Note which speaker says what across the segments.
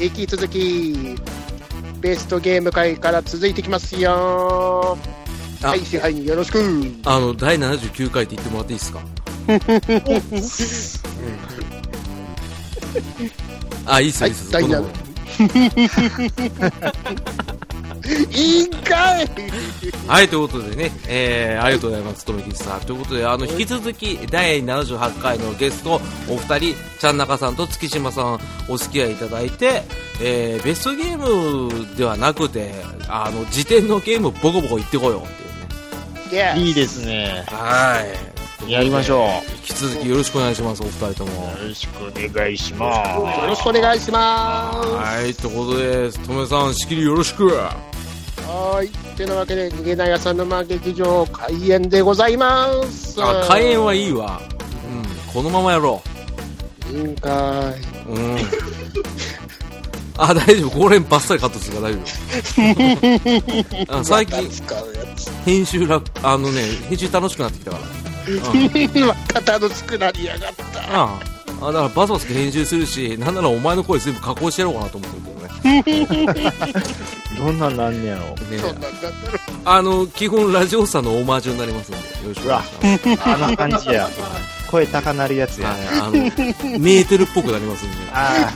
Speaker 1: 引き続きベストゲーム会から続いてきますよ
Speaker 2: あ
Speaker 1: はい支配人よろしく
Speaker 2: あの、第79回って言ってもらっていいですかあ、いいっすよ、いいっすよ。
Speaker 1: はい
Speaker 2: この
Speaker 1: 第いいんかい
Speaker 2: はい、ということでね、えー、ありがとうございます、とめきちさん。ということで、あの、引き続き、第78回のゲスト、お二人、ちゃんなかさんと月島さん、お付き合いいただいて、えー、ベストゲームではなくて、あの、辞典のゲームボコボコ行ってこようっていうね。
Speaker 1: Yeah
Speaker 3: いいですね。
Speaker 2: はい。
Speaker 3: やりましょう。
Speaker 2: う。引き続きよろしくお願いします、お二人とも。
Speaker 3: よろしくお願いしま
Speaker 1: よろしくお願いしま
Speaker 2: はい、ということで、とめさん、仕切りよろしく。
Speaker 1: すはーいてなわけで逃げない朝沼劇場開演でございます
Speaker 2: あ、開演はいいわ。うん、このままやろ
Speaker 1: いいんか
Speaker 2: う。うん。あ、大丈夫。これバッサリカットするから大丈夫。あ
Speaker 1: い
Speaker 2: 最近、
Speaker 1: 使うやつ
Speaker 2: 編集楽、あのね、編集楽しくなってきたから。
Speaker 1: 今肩の少なりやがった
Speaker 2: あああだからバスバス編集するし、なんならお前の声全部加工してやろうかなと思ってるけ
Speaker 3: す。どんなんなんねやろ。
Speaker 2: ど
Speaker 1: そん
Speaker 2: ね。ね
Speaker 1: なんだったら
Speaker 2: あの、基本ラジオさんのオマージュになりますので、よろしくお願いします。
Speaker 3: あんな感じや。声高なるやつや。
Speaker 2: はい、あの、メーテルっぽくなりますんで。
Speaker 3: あ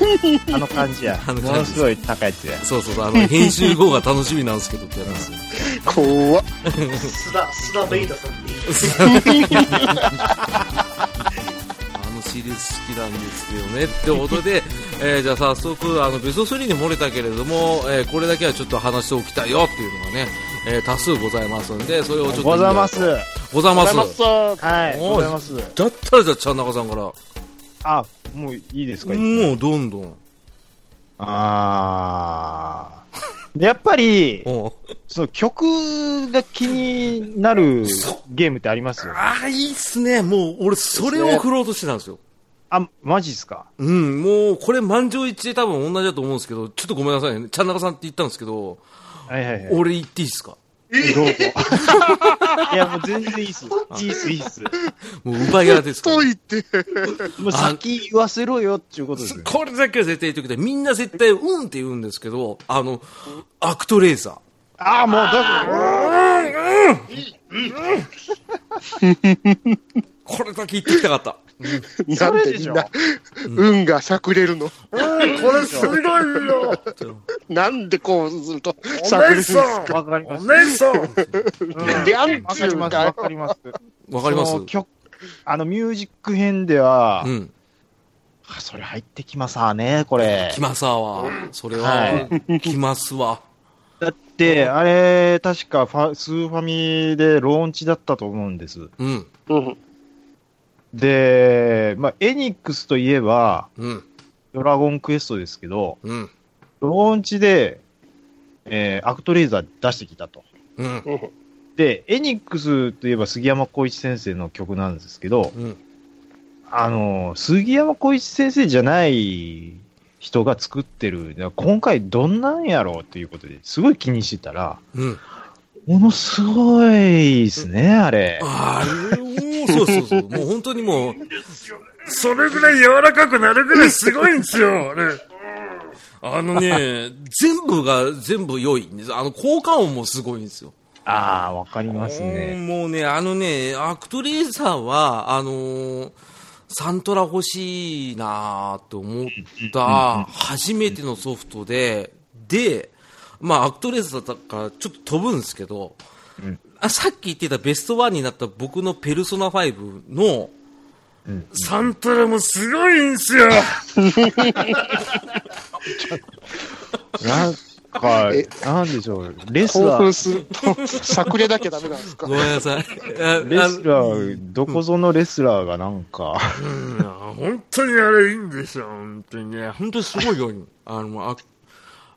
Speaker 3: あ、あの感じや。
Speaker 2: あの
Speaker 3: も
Speaker 2: 感じ
Speaker 3: のすごい高いやつや。
Speaker 2: そうそうそう、あの、編集後が楽しみなんですけどってやつですよ。
Speaker 1: 怖っ
Speaker 4: 須田、須田ベイダさんってい う。
Speaker 2: あのシリーズ好きなんですよね。ってことで、えーじゃあ早速、あの、ベスト3に漏れたけれども、えーこれだけはちょっと話しておきたいよっていうのがね、えー多数ございますんで、それをちょっと。
Speaker 3: ございま。す。
Speaker 2: ござい
Speaker 1: ご
Speaker 2: ま
Speaker 1: ざい
Speaker 2: す。
Speaker 1: ます
Speaker 3: はい、
Speaker 2: おい
Speaker 3: ございます。
Speaker 2: だったらじゃあ、ちゃんなかさんから。も
Speaker 3: あ、もういいですか
Speaker 2: う、どんどん。
Speaker 3: あーでやっぱり、
Speaker 2: おう
Speaker 3: その曲が気になるゲームってありますよ。
Speaker 2: ああ、いいっすね。もう、俺、それを振ろうとしてたんですよ。
Speaker 3: あ、マジっすか
Speaker 2: うん、もう、これ満場一致で多分同じだと思うんですけど、ちょっとごめんなさいね。ちゃんなかさんって言ったんですけど、
Speaker 3: はいはいはい。
Speaker 2: 俺言っていいですか
Speaker 3: どうぞ。 いや、もう全然いいっす。いいっす、いいっす。
Speaker 2: もう奪い合い ですから
Speaker 1: と言って
Speaker 3: もう先言わせろよっていうことですよね。
Speaker 2: これだけは絶対言っときたい。みんな絶対、うんって言うんですけど、あの、アクトレーザ
Speaker 3: ああ、もう、だ
Speaker 2: ー。これだけ言ってきたかった。
Speaker 1: な
Speaker 3: そ
Speaker 1: ん
Speaker 3: れ
Speaker 1: で
Speaker 3: で
Speaker 1: み
Speaker 3: し
Speaker 1: ん
Speaker 3: ょ
Speaker 1: な、運が炸れるの
Speaker 4: これすごいよ
Speaker 1: なんでこうすると
Speaker 4: お
Speaker 1: 炸れるん
Speaker 4: 姉
Speaker 1: です
Speaker 4: さ
Speaker 1: か
Speaker 4: ん
Speaker 3: わかりま
Speaker 4: お
Speaker 3: す。
Speaker 4: 姉さん
Speaker 3: うん
Speaker 1: であん
Speaker 3: わ
Speaker 1: ち
Speaker 3: か
Speaker 1: ゅ
Speaker 3: り
Speaker 1: う
Speaker 3: ます、
Speaker 1: か
Speaker 3: わ
Speaker 1: い
Speaker 3: かります。
Speaker 2: わかります
Speaker 3: その曲、あの、ミュージック編では
Speaker 2: う、ん。
Speaker 3: あそれ入ってきますわね、これ
Speaker 2: 来。ますわ。それは
Speaker 3: は、
Speaker 2: 来ますわ。
Speaker 3: だって、あれ、確かファ、スーファミでローンチだったと思うんです。
Speaker 2: うん。
Speaker 1: うん
Speaker 3: で、まあ、エニックスといえば、
Speaker 2: うん。
Speaker 3: ドラゴンクエストですけど、
Speaker 2: うん。
Speaker 3: ローンチで、えーアクトレーザー出してきたと。
Speaker 2: うん。
Speaker 1: うん
Speaker 3: で、エニックスといえば杉山浩一先生の曲なんですけど、
Speaker 2: うん。
Speaker 3: あの、杉山浩一先生じゃない人が作ってる、今回どんなんやろうっていうことですごい気にしてたら、
Speaker 2: うん。
Speaker 3: ものすごいですね、あれ。
Speaker 2: あれを、そうそうそう。もう本当にもう、
Speaker 4: それぐらい柔らかくなるぐらいすごいんですよ、あれ。
Speaker 2: あのね、全部が全部良いんです。あの、効果音もすごいんですよ。
Speaker 3: ああ、わかりますね。
Speaker 2: うんもうね、あのね、アクトレーザーは、あのーサントラ欲しいなと思った、初めてのソフトで、で、まあ、アクトレーザーだからちょっと飛ぶんですけど、
Speaker 3: うん
Speaker 2: あさっき言ってたベストワンになった僕のペルソナ5の、
Speaker 3: うん
Speaker 2: サントラもすごいんですよ
Speaker 3: なんか
Speaker 1: え、
Speaker 3: なんでしょう、レス
Speaker 1: 興
Speaker 3: ラ
Speaker 1: 奮
Speaker 3: ー、
Speaker 1: すると炸れなきゃダメなんですか
Speaker 2: ごめんなさい。 あ
Speaker 3: レ
Speaker 2: あ
Speaker 3: スラー、どこぞのレスラーがなんか、
Speaker 2: うん本当にあれいいんですよ、本当にね。本当に すごいよ。あの、アク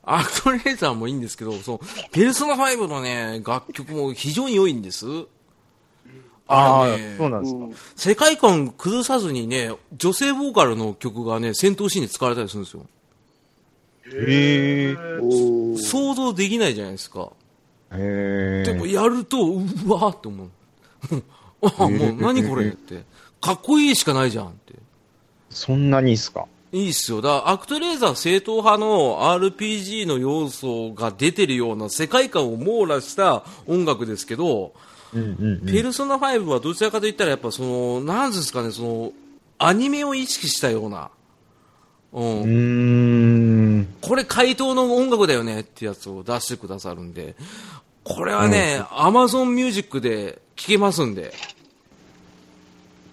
Speaker 2: アクトレーザーもいいんですけど、そう、ペルソナ5のね、楽曲も非常に良いんです。
Speaker 3: あ
Speaker 2: あ
Speaker 3: あ
Speaker 2: れね、
Speaker 3: そうなんですか。
Speaker 2: 世界観崩さずにね、女性ボーカルの曲がね、戦闘シーンに使われたりするんですよ。
Speaker 3: へえ。
Speaker 1: おー
Speaker 2: 想像できないじゃないですか。
Speaker 3: へ
Speaker 2: でも
Speaker 3: え。
Speaker 2: やると、うわーって思う。 ああ、もう何これって。かっこいいしかないじゃんって。
Speaker 3: そんなにっすか
Speaker 2: いいっすよ。だから、アクトレーザー正統派の RPG の要素が出てるような世界観を網羅した音楽ですけど、
Speaker 3: うんうん
Speaker 2: ペルソナ5はどちらかといったら、やっぱその、なんですかね、その、アニメを意識したような、うん、
Speaker 3: うん。うーん。
Speaker 2: これ回答の音楽だよねってやつを出してくださるんで、これはね、アマゾンミュージックで聴けますんで、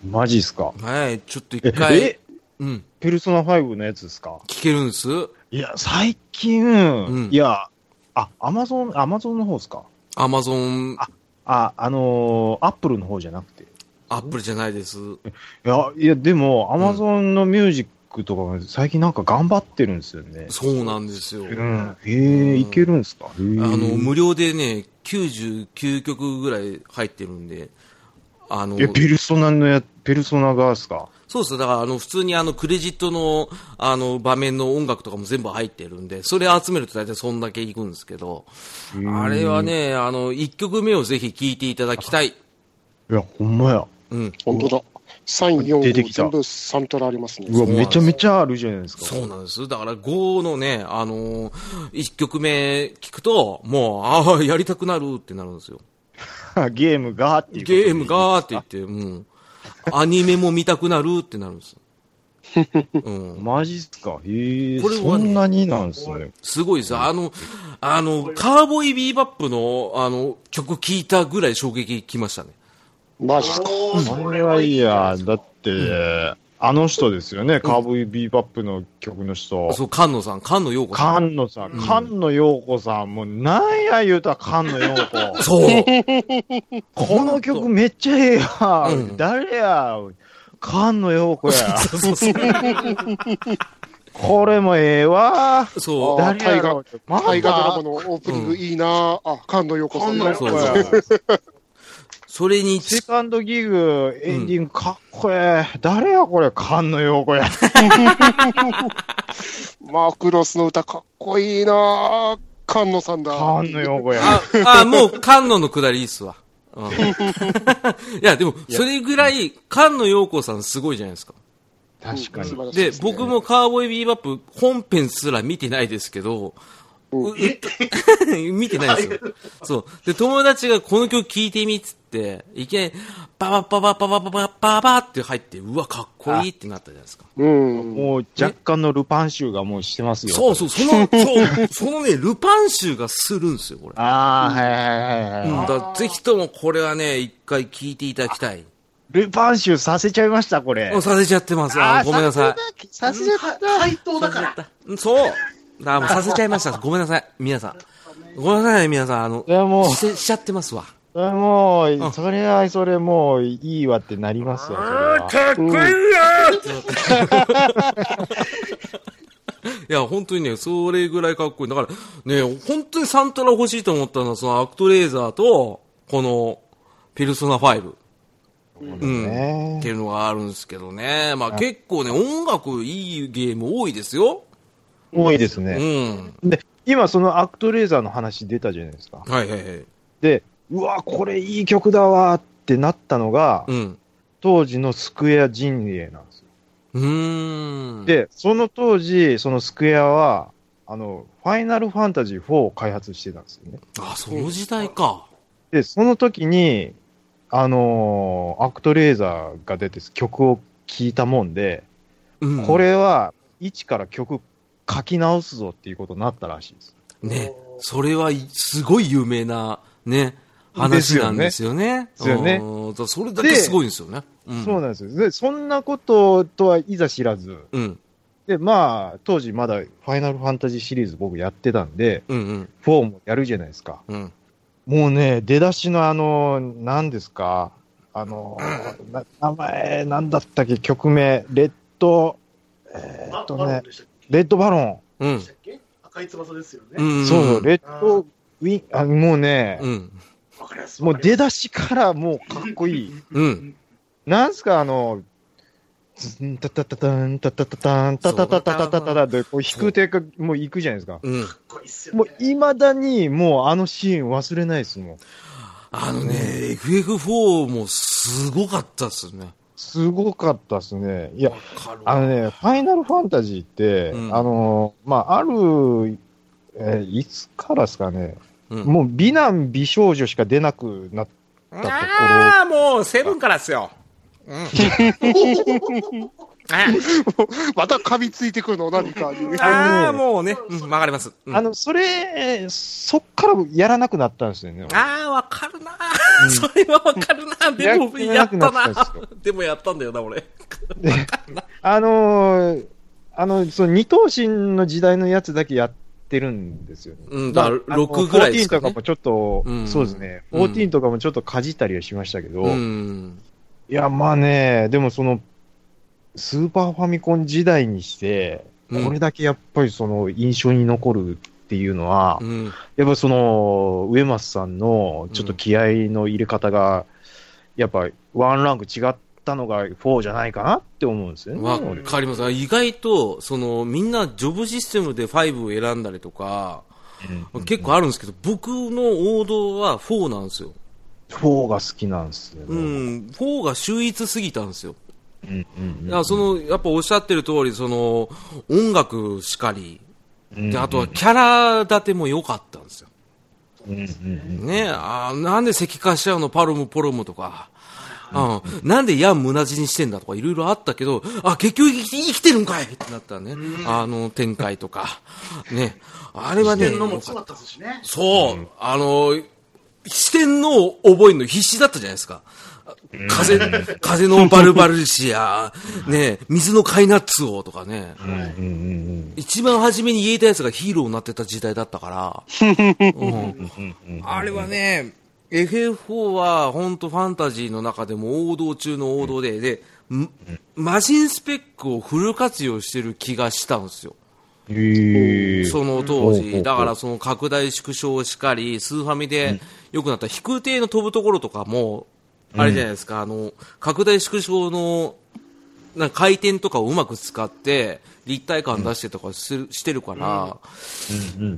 Speaker 3: マジっすか。
Speaker 2: はい、ちょっと
Speaker 3: え
Speaker 2: 一回
Speaker 3: え、
Speaker 2: うん、
Speaker 3: ペルソナ5のやつですか
Speaker 2: 聴けるんです。
Speaker 3: いや、最近、
Speaker 2: ん
Speaker 3: いや、あ、アマゾン、アマゾンの方ですか
Speaker 2: アマゾン、
Speaker 3: ああ、あのーアップルの方じゃなくて。い
Speaker 2: アップルじゃないです。
Speaker 3: や、いや、でも、アマゾンのミュージックとか、最近なんか頑張ってるんですよね。
Speaker 2: そうなんですよ。
Speaker 3: うん。へえ、いけるんですかあ
Speaker 2: あの、
Speaker 3: の
Speaker 2: 無料でね、99曲ぐらい入ってるんで、あの、
Speaker 3: え、ペルソナのや、ペルソナがですか
Speaker 2: そうです。だから、あの、普通にあの、クレジットの、あの、場面の音楽とかも全部入ってるんで、それ集めると大体そんだけいくんですけど、あれはね、あの、1曲目をぜひ聴いていただきたい。
Speaker 3: いや、ほんまや。
Speaker 2: うん。
Speaker 1: 本当だ。3、
Speaker 3: 出
Speaker 1: 4、
Speaker 3: て
Speaker 1: 5、
Speaker 3: きた
Speaker 1: 全部サントラありますね。
Speaker 3: うわ、
Speaker 2: そうなんです
Speaker 3: めちゃめちゃあるじゃないですか。
Speaker 2: そうなんです。だから、5のね、あの1曲目聴くと、もう、ああ、やりたくなるってなるんですよ。
Speaker 3: ゲームがっていうことで。
Speaker 2: ゲームがーって言って、うん。アニメも見たくなるってなるんですよ。うん。
Speaker 3: マジっすかへえ、
Speaker 2: これはね
Speaker 3: そんなになんですね。
Speaker 2: すごいです。あの、あの、カーボーイビーバップの、あの、曲聴いたぐらい衝撃きましたね。
Speaker 1: マジっすか。
Speaker 3: それはいや、だって、あの人ですよね、カーブイビーバップの曲の人。
Speaker 2: そう、菅野さん、菅野陽子さん。。
Speaker 3: 菅野さん、菅野陽子さん、もうなんや言うたら菅野陽 子
Speaker 2: そう。
Speaker 3: この曲めっちゃええや、
Speaker 2: うん
Speaker 3: 誰や菅野陽子や。
Speaker 2: そうそうそう。
Speaker 3: これもええわ。
Speaker 2: そう。
Speaker 1: ああ、
Speaker 3: 誰
Speaker 1: 大
Speaker 3: や
Speaker 1: 河
Speaker 3: ろ、ま
Speaker 1: 大河ドラマ
Speaker 3: だ
Speaker 1: のオープニングいいなぁ。あ、菅野陽子さん。
Speaker 3: 菅野
Speaker 2: そう
Speaker 3: 陽
Speaker 2: そ
Speaker 3: 子
Speaker 2: う
Speaker 3: や。
Speaker 2: それに
Speaker 3: セ
Speaker 2: ち、
Speaker 3: カンドギグ、エンディングかっこええ。誰やこれ、菅野陽子や。
Speaker 1: マークロスの歌かっこいいなぁ。菅野さんだ。
Speaker 3: 菅野陽子や。
Speaker 2: あ、あ、もう菅野のくだりいいっすわ。うんいや、でも、それぐらい、菅野陽子さんすごいじゃないですか。
Speaker 3: 確かに
Speaker 1: 素。晴らしい
Speaker 2: で、
Speaker 1: すね
Speaker 2: 僕もカーボーイビーバップ本編すら見てないですけど、うう見てないですよ。そう。で、友達がこの曲聴いてみっつって、いきなり、パパパパパパパパパパって入って、うわ、かっこいいってなったじゃないですか。
Speaker 1: うん。
Speaker 3: もう若干のルパン集がもうしてますよ。
Speaker 2: そうそう、その、そう、そのね、ルパン集がするんですよ、これ。
Speaker 3: ああ、はいはいはい、
Speaker 2: うん、
Speaker 3: は
Speaker 2: だからぜひともこれはね、一回聴いていただきたい。
Speaker 3: い。ルパン集させちゃいました、これ
Speaker 2: もう。させちゃってます。あーごめんなさい。
Speaker 3: させちゃった。
Speaker 5: 回答だから。
Speaker 2: うんそう。あーもうさせちゃいました。ごめんなさい、皆さん。ごめんなさいね、皆さん。あの
Speaker 3: そ、れはもう、
Speaker 2: ししちゃってますわ。
Speaker 3: それはも
Speaker 2: ん
Speaker 3: う、それは、それもう、いいわってなりますよ、それ
Speaker 4: あ
Speaker 3: は
Speaker 4: ー。かっこいいよ
Speaker 2: いや、本当にね、それぐらいかっこいい。だから、ね、本当にサントラ欲しいと思ったのは、そのアクトレーザーと、この、ペルソナ5。うん。
Speaker 3: ね
Speaker 2: っていうのがあるんですけどね。まあ結構ね、音楽いいゲーム多いですよ。
Speaker 3: 多いです
Speaker 2: う
Speaker 3: ね。
Speaker 2: ん。
Speaker 3: で、今そのアクトレーザーの話出たじゃないですか。
Speaker 2: はいはいはい。
Speaker 3: で、うわ、これいい曲だわってなったのが、
Speaker 2: うん。
Speaker 3: 当時のスクエア陣営なんですよ。
Speaker 2: うーん。、
Speaker 3: で、その当時、そのスクエアは、あの、ファイナルファンタジー4を開発してたんですよね。
Speaker 2: あ、その時代か。
Speaker 3: で、その時に、あのーアクトレーザーが出て曲を聴いたもんで、
Speaker 2: うん。
Speaker 3: こ。れは一から曲書き直すぞっていうことになったらしいです。
Speaker 2: ね。それは、すごい有名な、ね、話なんですよね。
Speaker 3: ですよね
Speaker 2: うん。だからそれだけすごいんですよね。うん。
Speaker 3: そうなんですよ。で、そんなこととはいざ知らず、
Speaker 2: うん。
Speaker 3: で、まあ、当時まだファイナルファンタジーシリーズ僕やってたんで、
Speaker 2: うんうん。
Speaker 3: 4もやるじゃないですか。
Speaker 2: うん。
Speaker 3: もうね、出だしのあの、何ですか、あの、な名前、なんだったっけ、曲名、レッド、えーっとね、レッドバロン。
Speaker 2: うん。
Speaker 5: 赤い翼ですよね。
Speaker 2: うん。
Speaker 3: そうそう、レッドウィン、あもうね、
Speaker 2: うん。
Speaker 5: わかりやすい。
Speaker 3: もう出だしからもうかっこいい。
Speaker 2: うん。
Speaker 3: なんすか、あの、ズンタタタタン、タタタタン、タタタタタタタタで、こう弾く手がもう行くじゃないですか。
Speaker 2: うん。
Speaker 5: かっこいいっすよね。
Speaker 3: もういまだにもうあのシーン忘れないですもん。
Speaker 2: あのね、FF4 もすごかったっすね。
Speaker 3: すごかったですね。いや、
Speaker 2: かる
Speaker 3: あのね、ファイナルファンタジーって、
Speaker 2: うん
Speaker 3: あの、まあ、ある、えーいつからですかね、
Speaker 2: うん
Speaker 3: もう美男美少女しか出なくなっ
Speaker 2: ああ、もう、セブンからっすよ。うん。
Speaker 1: また噛みついてくるの、何かに。
Speaker 2: ああ、もうね、うん、曲がります。うん
Speaker 3: あの、それ、えーそっからやらなくなったんですよね。
Speaker 2: ああ、わかるな、 それはわかるなでも、
Speaker 3: や
Speaker 2: やった
Speaker 3: やらなくな
Speaker 2: な
Speaker 3: ったんです
Speaker 2: でもやったんだよな、俺。
Speaker 3: あのーあの、その二等身の時代のやつだけやってるんですよね。
Speaker 2: うん、だから、
Speaker 3: まああの
Speaker 2: 6ぐらいですか、
Speaker 3: 14とか
Speaker 2: ね
Speaker 3: も。ちょっと、
Speaker 2: うん
Speaker 3: そうですね。
Speaker 2: うん
Speaker 3: 14とかもちょっとかじったりはしましたけど、
Speaker 2: うん。
Speaker 3: いや、まあね、でもその、スーパーファミコン時代にして、
Speaker 2: うん
Speaker 3: これだけやっぱりその印象に残るっていうのは、
Speaker 2: うん。
Speaker 3: やっぱその、植松さんのちょっと気合の入れ方が、やっぱワンランク違ったのが4じゃないかなって思うんですよね。
Speaker 2: わ
Speaker 3: 俺
Speaker 2: かります。意外と、その、みんな、ジョブシステムで5を選んだりとか、結構あるんですけど、僕の王道は4なんですよ。
Speaker 3: 4が好きなんですよね。
Speaker 2: うん、4が秀逸すぎたんですよ。
Speaker 3: うんうん
Speaker 2: だからその、やっぱおっしゃってる通り、その、音楽しかり、
Speaker 3: うん
Speaker 2: で、あとはキャラ立ても良かったんですよ。
Speaker 3: うんうんうん
Speaker 2: ねあーなんで石化しちゃうのパロムポロムとか。うん、なんでヤンムナジにしてんだとかいろいろあったけど、あ、結局生きて生きてるんかいってなったね。あの展開とか。ね。あれはね、
Speaker 5: 天皇も
Speaker 2: 良か
Speaker 5: 強
Speaker 2: っ
Speaker 5: か
Speaker 2: た
Speaker 5: ったですしね。
Speaker 2: そう、あの、四天王を覚えるの必死だったじゃないですか。風、風のバルバルシア、ね、水のカイナッツ王とかね。
Speaker 3: うんうん
Speaker 2: 一番初めに言えたやつがヒーローになってた時代だったから。うんあれはね、FF4 は本当ファンタジーの中でも王道中の王道で、で、ん魔人スペックをフル活用してる気がしたんですよ。
Speaker 3: うん。へえ。
Speaker 2: その当
Speaker 3: ほうほうほ
Speaker 2: 時、
Speaker 3: う
Speaker 2: だからその拡大縮小しかり、スーファミで良くなった飛空艇の飛ぶところとかも、あれじゃないですか、あの、拡大縮小の、なんか回転とかをうまく使って、立体感出してとかするしてるから、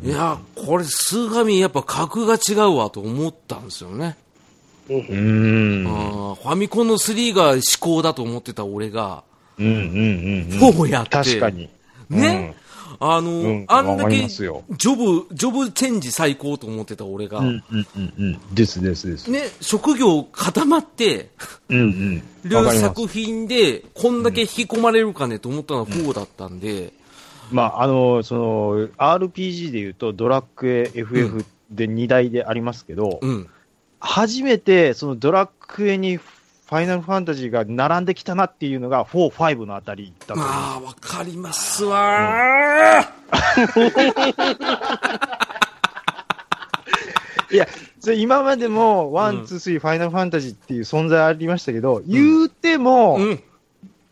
Speaker 2: いや、これ、スーファミやっぱ格が違うわと思ったんですよね。
Speaker 3: うん。うん
Speaker 2: あーファミコンの3が思考だと思ってた俺が、
Speaker 3: うんうんうん。
Speaker 2: 4をやって。
Speaker 3: 確かに。
Speaker 2: ね、あの、
Speaker 3: うん
Speaker 2: あんだ
Speaker 3: わかり
Speaker 2: け
Speaker 3: ま
Speaker 2: ジ
Speaker 3: すよ
Speaker 2: ョブ、ジョブチェンジ最高と思ってた俺が、
Speaker 3: うんうんうんうん。ですですです。
Speaker 2: ね、職業固まって、
Speaker 3: うんうん。
Speaker 2: 両
Speaker 3: わかります。
Speaker 2: 作品でこんだけ引き込まれるかねと思ったのは4だったんで、
Speaker 3: まあ、あの、その、RPG で言うと、ドラッグエ FF で2台でありますけど、
Speaker 2: うん。
Speaker 3: 初めて、そのドラッグエにファイナルファンタジーが並んできたなっていうのが、4、5のあたりだと思います。
Speaker 2: まあ、わかりますわー、
Speaker 3: いや、それ今までも、ワ
Speaker 2: うん
Speaker 3: ン、ツー、スリー、ファイナルファンタジーっていう存在ありましたけど、言うても、
Speaker 2: うん。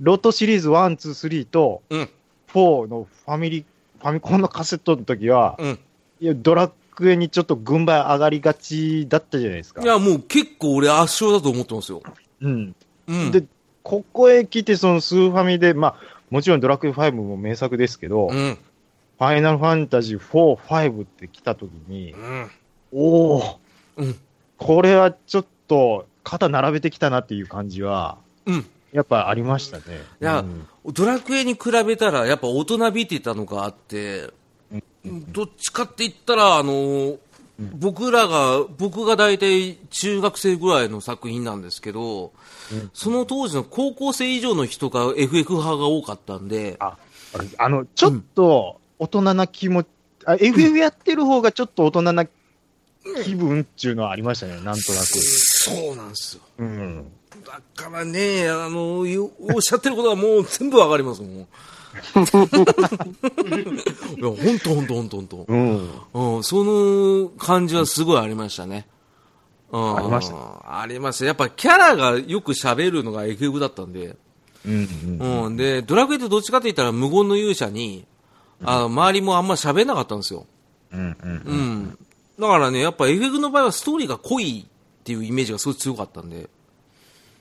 Speaker 3: ロトシリーズ1、2、3と、
Speaker 2: うん。
Speaker 3: 4のファミリー、ファミコンのカセットの時は、
Speaker 2: うん。
Speaker 3: いや、ドラッグエにちょっと軍配上がりがちだったじゃないですか
Speaker 2: い。や、もう結構俺圧勝だと思ってますよ。
Speaker 3: うん。
Speaker 2: うん。
Speaker 3: で、ここへ来て、そのスーファミで、まあ、もちろんドラクエ5も名作ですけど、
Speaker 2: う
Speaker 3: フ
Speaker 2: ん。
Speaker 3: ァイナルファンタジー4、5って来た時に
Speaker 2: う、ん。
Speaker 3: おお、
Speaker 2: うん
Speaker 3: これはちょっと肩並べてきたなっていう感じは、
Speaker 2: うん。
Speaker 3: やっぱありましたね。
Speaker 2: いや
Speaker 3: うん
Speaker 2: ドラクエに比べたら、やっぱ大人びてたのがあって、どっちかって言ったら、あの、僕らが、僕が大体中学生ぐらいの作品なんですけど、その当時の高校生以上の人が FF 派が多かったんで、
Speaker 3: ああの、ちょっと大人な気も、あ FF やってる方がちょっと大人な気分っていうのはありましたね、なんとなく。
Speaker 2: そうなんですよ。
Speaker 3: うん。
Speaker 2: だからね、あの、よおっしゃってることはもう全部わかります もん。いや、ほんとほんとほんとほんと。
Speaker 3: うん。
Speaker 2: うん、その感じはすごいありましたね。うん、。
Speaker 3: ありました
Speaker 2: ありました。やっぱキャラがよく喋るのが FF だったんで、
Speaker 3: うん。
Speaker 2: うん、で、ドラクエってどっちかって言ったら無言の勇者に、あの周りもあんま喋んなかったんですよ。
Speaker 3: うん。うん。
Speaker 2: うん。だからね、やっぱ FF の場合はストーリーが濃いっていうイメージがすごい強かったんで、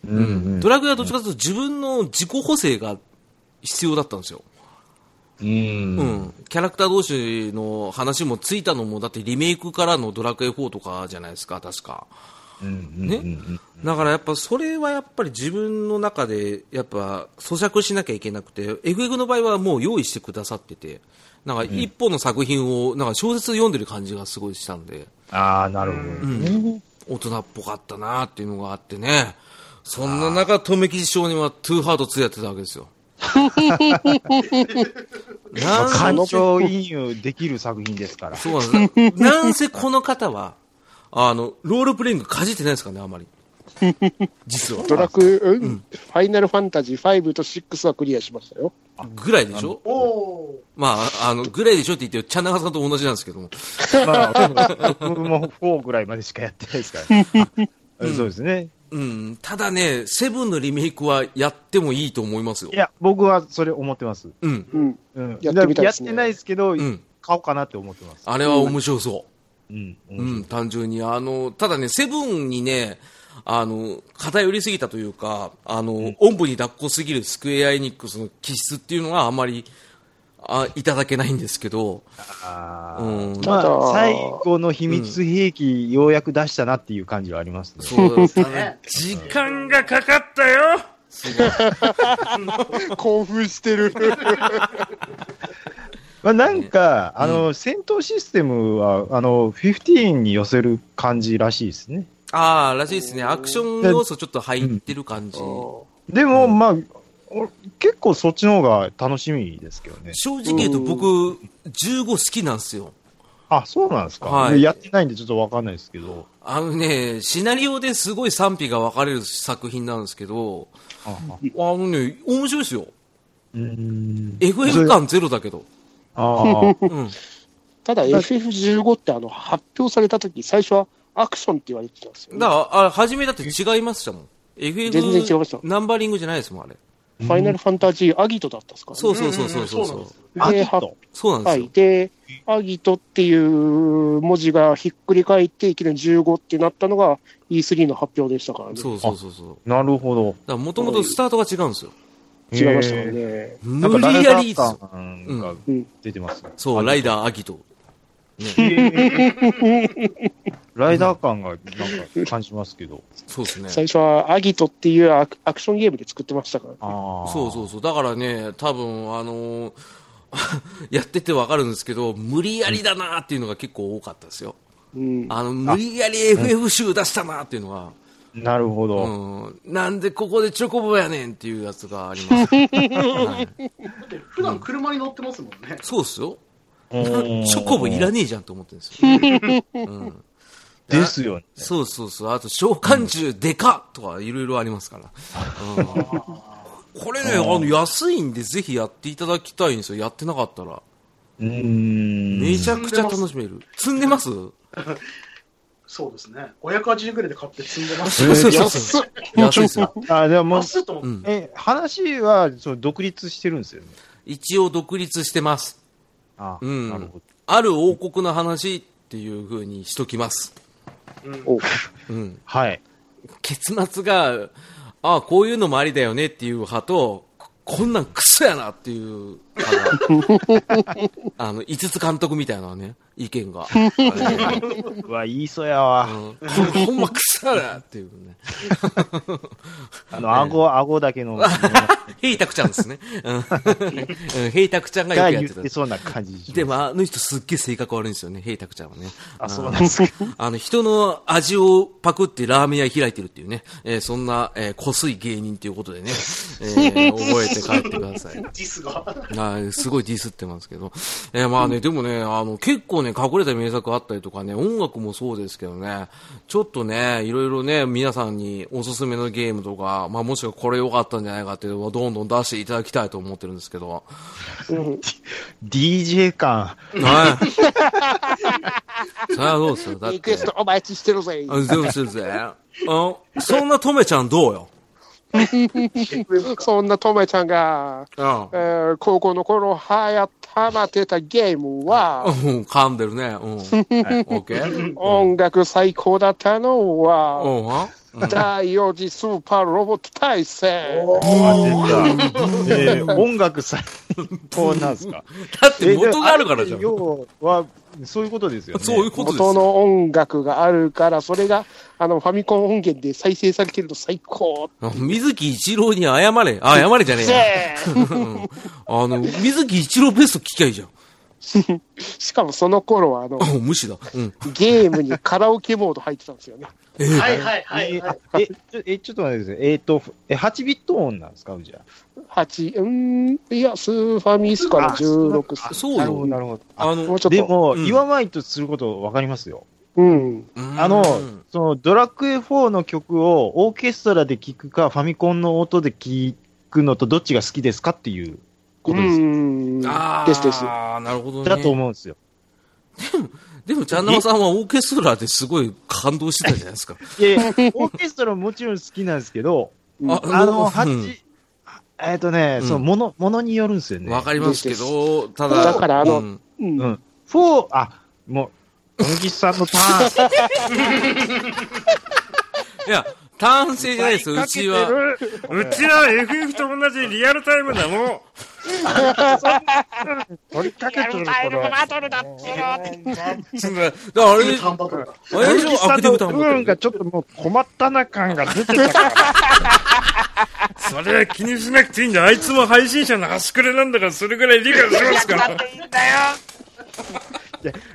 Speaker 3: うん。うん。
Speaker 2: ドラクエはどっちかというと自分の自己補正が必要だったんですよ。
Speaker 3: うん
Speaker 2: うん、キャラクター同士の話もついたのも、だってリメイクからのドラクエ4とかじゃないですか、確か。ねだからやっぱそれはやっぱり自分の中でやっぱ咀嚼しなきゃいけなくて、エグエグの場合はもう用意してくださってて、なんか一本の作品をなんか小説読んでる感じがすごいしたんで、
Speaker 3: ああ、なるほどね。
Speaker 2: 大人っぽかったなっていうのがあってね、そんな中、留吉少年はトゥーハート2やってたわけですよ。なんせ
Speaker 3: 感情移入できる作品ですから。
Speaker 2: そうなんです。なんせこの方は、あの、ロールプレイングかじってないですからね、あんまり。実は。
Speaker 1: ドラクエ、うん、ファイナルファンタジー5と6はクリアしましたよ。
Speaker 2: ぐらいでしょ
Speaker 5: おお
Speaker 2: まあ、あの、ぐらいでしょって言って、チャンナガさんと同じなんですけども。
Speaker 3: ま あ、僕も4ぐらいまでしかやってないですから。そうですね。
Speaker 2: うん。ただね、セブンのリメイクはやってもいいと思いますよ
Speaker 3: い。や、僕はそれ思ってます。
Speaker 2: うん。
Speaker 1: うん。
Speaker 3: うん、
Speaker 1: やってみたいですね
Speaker 3: やってないですけど、
Speaker 2: ん
Speaker 3: 買おうかなって思ってます。
Speaker 2: あれは面白そ
Speaker 3: うん。
Speaker 2: う。うん、単純に。あの、ただね、セブンにね、あの、偏りすぎたというか、あの、おんぶに抱っこすぎるスクエアエニックスの気質っていうのはあまり、あ、いただけないんですけど、
Speaker 3: あ
Speaker 2: う
Speaker 3: ー
Speaker 2: ん。
Speaker 1: た
Speaker 3: まあ、
Speaker 1: だ
Speaker 3: 最後の秘密兵器、ようやく出したなっていう感じはありますね。
Speaker 2: そうですね
Speaker 5: ね。
Speaker 2: 時間、
Speaker 4: 間がかかったよ
Speaker 1: 興奮してる。
Speaker 3: まあ、なんか、あの、戦闘システムは、あの、15に寄せる感じらしいですね。
Speaker 2: ああ、らしいですね。アクション要素ちょっと入ってる感じ。
Speaker 3: でも、まあ、お結構そっちの方が楽しみですけどね。
Speaker 2: 正直言うと僕、15好きなんですよ。
Speaker 3: あ、そうなんですか、
Speaker 2: はい
Speaker 3: でやってないんでちょっとわかんないですけど。
Speaker 2: あのね、シナリオですごい賛否が分かれる作品なんですけど、
Speaker 3: ああ
Speaker 2: あのね、面白いですよ。
Speaker 3: うーん。
Speaker 2: FF 感ゼロだけど。
Speaker 3: ああ。
Speaker 2: うん。
Speaker 1: ただ FF15 ってあの発表された時最初はアクションって言われてたんですよ、
Speaker 2: だから、あれ、初めだって違いましたもん。
Speaker 1: 全然違いました
Speaker 2: FF ナンバリングじゃないですもん、あれ。
Speaker 1: ファイナルファンタジーアギトだったっすからね、
Speaker 2: そうそうそうそうそう。
Speaker 5: そ
Speaker 2: そうう
Speaker 5: なんですよ
Speaker 3: アギ
Speaker 1: は
Speaker 3: ト。
Speaker 2: そうなん
Speaker 1: は
Speaker 2: で
Speaker 1: い。
Speaker 2: す
Speaker 1: で、アギトっていう文字がひっくり返って、いきなり15ってなったのが E3 の発表でしたからね。
Speaker 2: よ。そうそうそうそう。だか
Speaker 3: なるほど。
Speaker 2: ら、もともとスタートが違うんですよ。
Speaker 1: 違いましたから
Speaker 3: へえ
Speaker 1: ね。
Speaker 3: なん
Speaker 2: 無
Speaker 3: か
Speaker 2: 理やりですよ。
Speaker 3: なんか
Speaker 1: うん
Speaker 3: 出てますね。
Speaker 2: そう、ライダーアギト。
Speaker 3: ライダー感がなんか感じますけど。
Speaker 2: そうですね。
Speaker 1: 最初はアギトっていうアクアクションゲームで作ってましたから、
Speaker 3: ああ。
Speaker 2: そうそうそう。だからね、多分、あのー やっててわかるんですけど、無理やりだなっていうのが結構多かったですよ。
Speaker 1: うん、
Speaker 2: あの、無理やり FF 集出したなっていうのは、
Speaker 3: なるほど。
Speaker 2: うん、なんでここでチョコボやねんっていうやつがあり ます。はい
Speaker 5: だって普段車に乗ってますもんね。
Speaker 2: そうっすよ。
Speaker 3: チ
Speaker 2: チョコボいらねえじゃんと思ってるんですよ。うん、
Speaker 3: ですよね。
Speaker 2: そうそうそう。あと、召喚獣でかっとかいろいろありますから。うん、これね、あの、安いんでぜひやっていただきたいんですよ。やってなかったら。
Speaker 3: うーん。
Speaker 2: めちゃくちゃ楽しめる。積んでます
Speaker 5: そうですね。580円くらいで買って積んでます。
Speaker 2: そうそうそう
Speaker 1: 安っ
Speaker 2: 安いですよ。
Speaker 3: あ、でももう
Speaker 5: マ、スと思って。
Speaker 2: うん
Speaker 3: え、話は、そう、独立してるんですよね。
Speaker 2: 一応独立してます。
Speaker 3: ああ、
Speaker 2: うん
Speaker 3: なるほど。
Speaker 2: ある王国の話っていう風にしときます。
Speaker 1: お
Speaker 2: うん。
Speaker 3: はい。
Speaker 2: 結末が、ああ、こういうのもありだよねっていう派と、ここんなんクソやなっていう派が、あの、5つ監督みたいなね、意見が。
Speaker 3: うわ、言いそうやわ。
Speaker 2: うんこれほんまクソやなっていうね。
Speaker 3: あの、顎、顎だ けの、
Speaker 2: ヘイタクちゃんですね。うんうんヘイタクちゃんがよ
Speaker 3: が
Speaker 2: くやっ
Speaker 3: 言って
Speaker 2: た
Speaker 3: て。そうな感じします
Speaker 2: でも、あの人すっげえ性格悪いんですよね、ヘイタクちゃんはね。
Speaker 3: あ、そうなんですか。
Speaker 2: あの、人の味をパクってラーメン屋開いてるっていうね、えーそんな、えー、こすい芸人ということでね、えー覚えて帰ってください。
Speaker 5: ディスが。
Speaker 2: はいすごいディスってますけど。えーまあね、でもね、あの、結構ね、隠れた名作あったりとかね、音楽もそうですけどね、ちょっとね、いろいろね、皆さんにおすすめのゲームとか、まあもしくはこれ良かったんじゃないかっていうのをどんどん出していただきたいと思ってるんです けど。
Speaker 3: DJ 感。
Speaker 2: はい。それはどうですよ。だっ
Speaker 1: リクエ
Speaker 2: て
Speaker 1: ス。トお待ちしてるぜ。
Speaker 2: あ、全部するぜ。あそんなとめちゃんどうよ。
Speaker 1: そんなとめちゃんが、
Speaker 2: うん
Speaker 1: え。ー高校の頃はやたまってたゲームは、
Speaker 2: うん、噛 んでるね。うん。オッケー。
Speaker 1: 音楽最高だったのは、
Speaker 2: うん。
Speaker 1: 第4次スーパーロボット大戦。
Speaker 3: 出た。えー音楽最高なんですか。
Speaker 2: だって 元があるからじゃん。
Speaker 3: えーで要は、そういうことですよね。
Speaker 2: そういうことです
Speaker 1: 元
Speaker 2: よ。
Speaker 1: の音楽があるから、それがあのファミコン音源で再生されてると最高
Speaker 2: 水木一郎に謝れ。あ、謝れじゃ ねえや。
Speaker 1: で、
Speaker 2: うんあの、水木一郎ベスト聞きゃいいじゃん。
Speaker 1: しかもその頃はあの
Speaker 2: あ、無視だ。うん。
Speaker 1: ゲームにカラオケモード入ってたんですよね。
Speaker 2: えー
Speaker 5: はいはいはいはい。
Speaker 3: えーあえちょ えちょっと待ってください。えっ、と、え、8ビット音なんですか、じゃ
Speaker 1: 8、うーん、いや、スーファミスから16
Speaker 3: あ。
Speaker 2: そう
Speaker 3: なるほど、
Speaker 2: よ。
Speaker 3: なるほど。あ
Speaker 1: も
Speaker 2: あの
Speaker 1: う、ちょっ
Speaker 3: で
Speaker 1: と。
Speaker 3: も、
Speaker 2: うん
Speaker 3: 言わないとすること分かりますよ。
Speaker 1: うん。
Speaker 3: あ
Speaker 2: あ
Speaker 3: の、そのドラクエ4の曲をオーケストラで聴くか、ファミコンの音で聴くのとどっちが好きですかっていうこ
Speaker 1: う
Speaker 3: とです。
Speaker 1: ん。
Speaker 2: あ
Speaker 1: ですです。
Speaker 2: あ、なるほどね。
Speaker 3: だと思うんですよ。
Speaker 2: でも、ちゃんなまさんはオーケストラですごい感動してたじゃないですか。
Speaker 3: い やいや、オーケストラももちろん好きなんですけど、
Speaker 1: あ
Speaker 3: あの、
Speaker 2: う
Speaker 3: 八、
Speaker 2: ん
Speaker 3: えっ、とね、
Speaker 2: うん
Speaker 3: その、もの、ものによるんですよね。
Speaker 2: わかりますけど、ただ、
Speaker 1: だからあの
Speaker 2: うん
Speaker 1: うん
Speaker 3: うんフォー、あ、もう、小木さん のターン。
Speaker 2: いや、単性じゃないですよ、うちは。
Speaker 4: うちは FF と同じリアルタイムだもん。
Speaker 3: 取りかけてるこれ。
Speaker 2: そんなだからあれで、
Speaker 5: タンバトルだ。
Speaker 2: あれでしょ、アクティブタウン
Speaker 3: うんがちょっともう困ったな感が出てた から。
Speaker 4: それは気にしなくていいんだ。あいつも配信者の端くれなんだから、それぐらい理解しますから。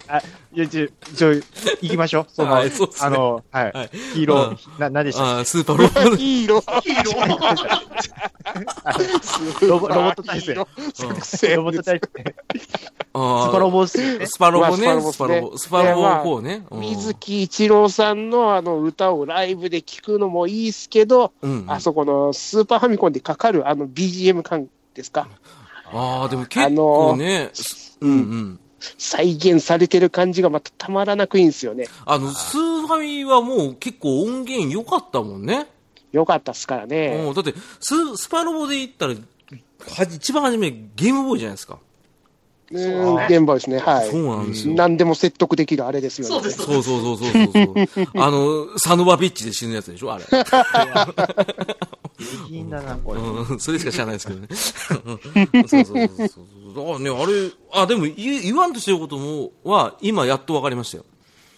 Speaker 3: あ、いや、ちょ、ちょ、行きましょう。その、
Speaker 2: はいそうっすね
Speaker 3: あ、の、はい。
Speaker 2: はい
Speaker 3: ヒーロー、
Speaker 2: うん
Speaker 3: な、何でしたっ
Speaker 2: あースーパーロボッ
Speaker 1: いい色。
Speaker 5: いいよ。
Speaker 3: ロボロボット体制
Speaker 1: いい色
Speaker 2: うん
Speaker 1: 作
Speaker 3: け
Speaker 1: 戦
Speaker 3: ロボット大ス
Speaker 2: ト。あー
Speaker 3: パロボスですよね。
Speaker 2: スパロ
Speaker 1: ま
Speaker 2: ボ
Speaker 1: あ
Speaker 2: ね、ス
Speaker 1: ス
Speaker 2: パ
Speaker 1: パロ
Speaker 2: ロボ、
Speaker 1: ボ
Speaker 2: ス
Speaker 1: ス
Speaker 2: パ
Speaker 1: ね
Speaker 2: ロボこうね。うん
Speaker 1: 水木一郎さんのあの歌をライブで聴くのもいいですけど、
Speaker 2: うんうん
Speaker 1: あそこのスーパーファミコンでかかるあの BGM 感ですか、
Speaker 2: ああ、でも結構ね、すうんうん。
Speaker 1: 再現されてる感じがまたたまらなくいいんですよね。
Speaker 2: あの、スーファミはもう結構音源良かったもんね。
Speaker 1: よかったっすからね。
Speaker 2: うんだって、ススパロボで言ったら、はじ一番初めゲームボーイじゃないですか。
Speaker 1: うん、現場ですね、は
Speaker 2: そう
Speaker 1: い。
Speaker 2: なんですよ。
Speaker 1: 何でも説得できるあれですよね。
Speaker 5: そうです、そ
Speaker 2: そう
Speaker 5: うです。
Speaker 2: そうそうそうそうそう。あの、サノバビッチで死ぬやつでしょあれ。
Speaker 3: いいんだな、これ。
Speaker 2: うん、それしか知らないですけどね。うん そうそうそうそう。だからね、あれ、あ、でも言言わんとしてることも、は、今やっとわかりましたよ。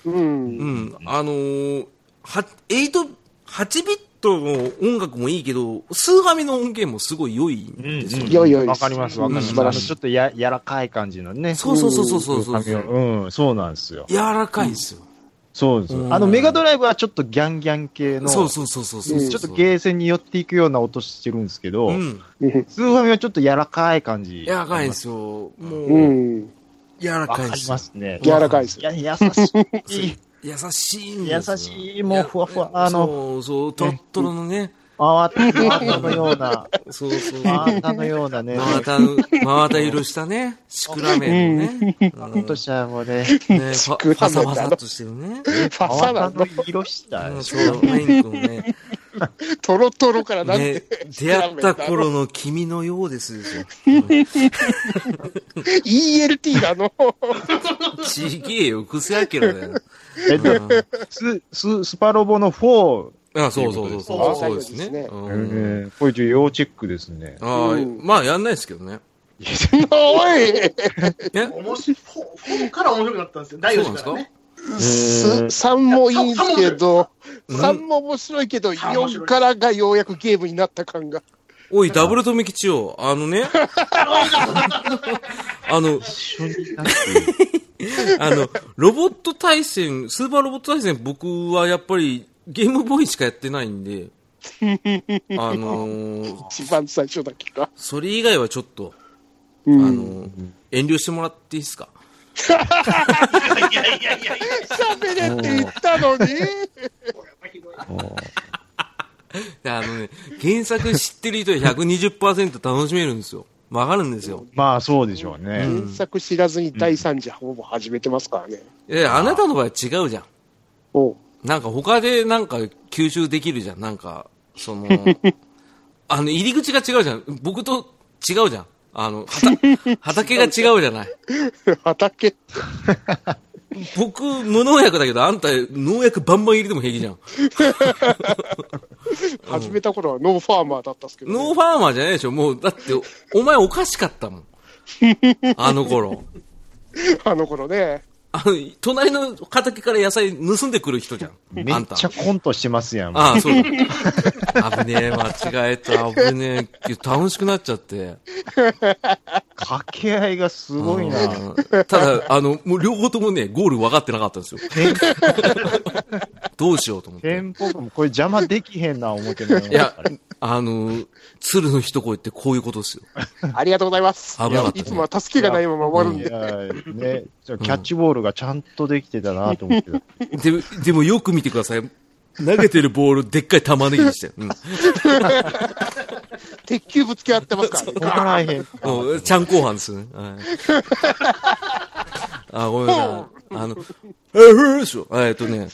Speaker 1: うん。
Speaker 2: うん。あのー、は、8、8ビットの音楽もいいけど、スーファミの音源もすごい良いんですよね。
Speaker 1: よいよい。
Speaker 3: わかります、わかります。
Speaker 1: うん素晴
Speaker 3: あの
Speaker 1: らしい
Speaker 3: ちょっとや、柔らかい感じのね。
Speaker 2: そうそうそうそうそうそう。
Speaker 3: 髪を
Speaker 2: 柔
Speaker 3: うん、そうなんですよ。
Speaker 2: らかいんですよ。
Speaker 3: そうですよ
Speaker 2: うん
Speaker 3: あの、メガドライブはちょっとギャンギャン系の、
Speaker 2: そうそうそうそうそうう。
Speaker 1: ん
Speaker 3: ちょっとゲーセンに寄っていくような音してるんですけど、
Speaker 2: うん。
Speaker 3: スーファミはちょっと柔らかい感じ。
Speaker 2: 柔らかいんですよ。も
Speaker 1: う
Speaker 2: う、
Speaker 1: ん。
Speaker 2: 柔ら
Speaker 3: わ
Speaker 2: かいん
Speaker 3: か
Speaker 2: で
Speaker 3: り
Speaker 2: すよ
Speaker 3: ま。すね。
Speaker 1: 柔らかいです
Speaker 3: い。や、優しい。
Speaker 2: 優しいんですよ
Speaker 3: 優しい、もうふわふわ、あの、
Speaker 2: そうそう、トロットロのね、
Speaker 3: 真綿のよう な、
Speaker 2: そうそう。
Speaker 3: 真綿のようなね、
Speaker 2: 真綿の、真綿色したね、シクラメンのね、
Speaker 3: ほんとしたもうね、
Speaker 2: ね、
Speaker 1: シ
Speaker 2: パ
Speaker 1: クラメンだ
Speaker 2: パサパサっとしてるね。
Speaker 1: ファ
Speaker 3: 真
Speaker 1: サな
Speaker 3: 綿
Speaker 1: の
Speaker 3: の色した
Speaker 2: うんそう、メイン君ね。
Speaker 1: トロトロからなん
Speaker 2: ね
Speaker 1: て、、
Speaker 2: 出会った頃の君のようですですよ。
Speaker 1: ELT なの。
Speaker 2: ちげえよ、クセアキラだよ。
Speaker 3: えっとスススパロボの4、
Speaker 2: あ、そうそうそうそう、そうです
Speaker 1: そうです
Speaker 2: ね。
Speaker 1: ね
Speaker 2: うん
Speaker 3: えーこれ要チェックですね。
Speaker 2: あーまあ、やんないですけどね。
Speaker 1: おい
Speaker 5: 面白い。フォフォーから面白くなったんですよ。第4
Speaker 2: そうなん
Speaker 5: 次
Speaker 2: です
Speaker 5: か
Speaker 2: から
Speaker 5: ね。
Speaker 1: す3もいいんすけど、3も面白いけど、
Speaker 5: 三面白い
Speaker 1: 4からがようやくゲームになった感が。
Speaker 2: おい、ダブルとめ吉よ、あの ね、あの、
Speaker 3: 一緒になって
Speaker 2: あの、ロボット対戦、スーパーロボット対戦、僕はやっぱりゲームボーイしかやってないん で、あのー
Speaker 1: 一番最初だけか。
Speaker 2: それ以外はちょっと、
Speaker 1: う
Speaker 2: あの
Speaker 1: ん。
Speaker 2: ー遠慮してもらっていいですか
Speaker 5: いやいやいやいや。
Speaker 1: 喋れって言ったのに。
Speaker 2: あのね、原作知ってる人は120%楽しめるんですよ。曲がるんですよ。
Speaker 3: まあ、そうでしょうね。
Speaker 1: 原作知らずに第3次ほぼ始めてますからね。
Speaker 2: え、あなたの場合は違うじゃん。
Speaker 1: おう
Speaker 2: なんか他でなんか吸収できるじ ゃん。なんか、その、あの、入り口が違うじゃん。僕と違うじゃん。あの、 はた畑が違うじゃない。
Speaker 1: 畑、
Speaker 2: 僕、無農薬だけど、あんた、農薬バンバン入れても平気じゃん。
Speaker 1: 始めた頃はノーファーマーだったっすけどね、
Speaker 2: ノーファーマーじゃないでしょ。もう、だって、お前おかしかったも ん。あの頃。
Speaker 1: あの頃ね。
Speaker 2: あの、隣の畑から野菜盗んでくる人じゃん。
Speaker 3: め
Speaker 2: あ
Speaker 3: っ
Speaker 2: んた。
Speaker 3: ちゃコントしてますやん。
Speaker 2: ああ、 そうだ。危ねえ、間違えた。危ねえ。楽しくなっちゃって。
Speaker 3: 掛け合いがすごいな。
Speaker 2: うんただ、あの、もう両方ともね、ゴール分かってなかったんですよ。どうしようと思って。
Speaker 3: テンポもこれ邪魔できへんな、思ってない
Speaker 2: いや、あの、鶴の一声ってこういうことですよ。
Speaker 1: ありがとうございます。
Speaker 2: 危なかったね
Speaker 1: いつもは助けがないまま終わるんで。
Speaker 3: るんで。ね、じゃあキャッチボールがちゃんとできてたなと思ってた。
Speaker 2: ででもよく見てください。投げてるボール、でっかい玉ねぎでしたよ。うん
Speaker 1: 鉄球ぶつけ合ってますからね。
Speaker 3: わからへん。
Speaker 2: もう、ちゃん後半ですね。はい。あ、ごめんなさい。あの、えー、でしょ。えーっとね、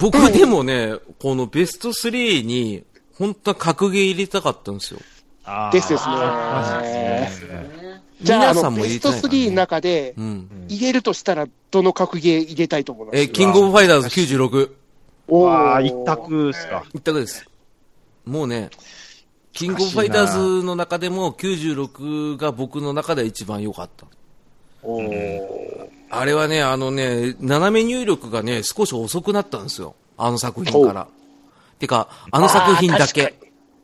Speaker 2: 僕でもね、このベスト3に、本当は格ゲー入れたかったんですよ。
Speaker 3: あ ー
Speaker 1: ですです
Speaker 3: で
Speaker 1: ね。
Speaker 3: すね。
Speaker 1: じゃあ、あ
Speaker 2: 皆さ
Speaker 1: の、
Speaker 2: んも
Speaker 1: ベ
Speaker 2: 入
Speaker 1: ス
Speaker 2: れたい
Speaker 1: ト
Speaker 2: からね
Speaker 1: 3の中で
Speaker 2: う、ん。
Speaker 1: 入れるとしたら、どの格ゲー入れたいと思います
Speaker 2: えーキングオブファイターズ96。
Speaker 1: お
Speaker 3: わあ、
Speaker 1: ー
Speaker 3: 一択っすか。
Speaker 2: 一択です。もうね、キングオブファイターズの中でも96が僕の中で一番良かった。
Speaker 1: おー
Speaker 2: あれはね、あのね、斜め入力がね、少し遅くなったんですよ。あの作品から。てか、あの作品だ
Speaker 1: あー
Speaker 2: け
Speaker 1: 確。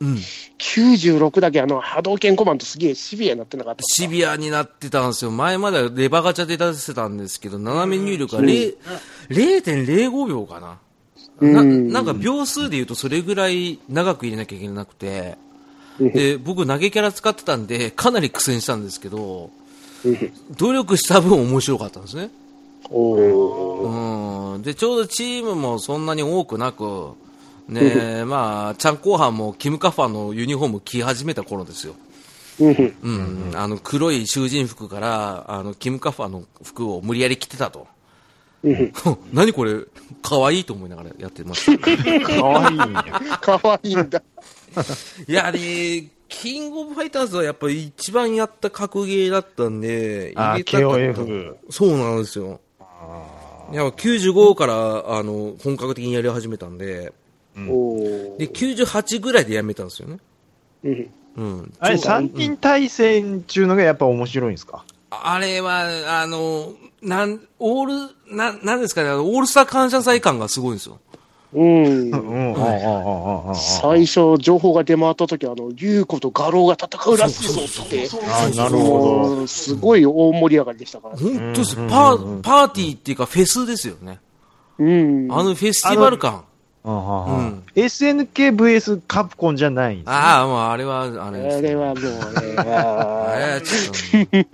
Speaker 2: うん。
Speaker 1: 96だけあの波動拳コマンドすげえシビアになってな かった。
Speaker 2: シビアになってたんですよ。前まではレバーガチャで出せたんですけど、斜め入力が0 0.05秒かな。な
Speaker 1: うん
Speaker 2: なんか秒数で言うとそれぐらい長く入れなきゃいけなくて、で、僕投げキャラ使ってたんで、かなり苦戦したんですけど、努力した分面白かったんですね。
Speaker 1: お
Speaker 2: うん。で、ちょうどチームもそんなに多くなく、 ね、まあ、ちゃん後半もキムカファのユニフォーム着始めた頃ですよ。
Speaker 1: ー
Speaker 2: うん、あの黒い囚人服からあのキム・カファの服を無理やり着てたと。 何これ、可愛いと思いながらやってま した。い
Speaker 3: かわいいんや。
Speaker 1: かわいいんだ。
Speaker 2: や、あれ、キングオブファイターズはやっぱり一番やった格ゲーだったんで、
Speaker 3: あ
Speaker 2: 入れ
Speaker 3: ー
Speaker 2: たかった
Speaker 3: KOF
Speaker 2: そうなんですよ。いや95からあの本格的にやり始めたんで
Speaker 1: おー
Speaker 2: で、98ぐらいでやめたんですよね。
Speaker 1: うん
Speaker 2: うん、
Speaker 3: あれ、三人対戦中のがやっぱ面白いんですか
Speaker 2: あれは、あの、なん、オール、な、なんですかね、あのオールスター感謝祭感がすごいんですよ。
Speaker 1: うん
Speaker 3: うん、うん、うん、うん、うん。
Speaker 1: 最初、情報が出回った時あの、竜子と画廊が戦うらしいぞって、
Speaker 3: あーなるほど。
Speaker 1: もう、すごい大盛り上がりでしたからね。
Speaker 2: 本当です。パー、パーティーっていうかフェスですよね。
Speaker 1: うん。
Speaker 2: あのフェスティバル感。
Speaker 3: うん
Speaker 2: う
Speaker 3: うんん SNKVS カプコンじゃないん ですね
Speaker 2: ああ、もうあれは、あ
Speaker 1: あ
Speaker 2: れです
Speaker 1: れはも
Speaker 2: あれ
Speaker 1: うね、
Speaker 2: はちょっとね、